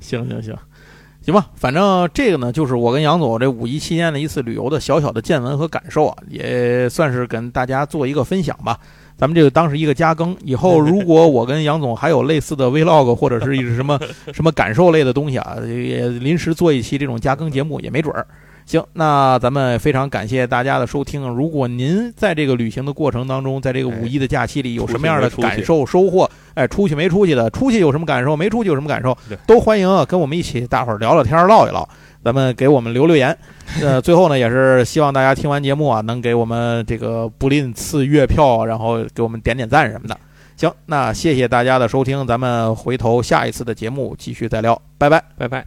Speaker 1: 行行行，行吧，反正这个呢，就是我跟杨总这五一期间的一次旅游的小小的见闻和感受啊，也算是跟大家做一个分享吧。咱们这个当是一个加更，以后如果我跟杨总还有类似的 vlog 或者是一什么什么感受类的东西啊，也临时做一期这种加更节目也没准儿。行，那咱们非常感谢大家的收听。如果您在这个旅行的过程当中，在这个五一的假期里有什么样的
Speaker 2: 出去没出去
Speaker 1: 感受、收获，哎，出去没出去的，出去有什么感受，没出去有什么感受
Speaker 2: 对，
Speaker 1: 都欢迎啊，跟我们一起大伙儿聊聊天儿、唠一唠。咱们给我们留留言，呃，最后呢，也是希望大家听完节目啊，能给我们这个不吝赐月票，然后给我们点点赞什么的。行，那谢谢大家的收听，咱们回头下一次的节目继续再聊，拜拜。
Speaker 3: 拜拜。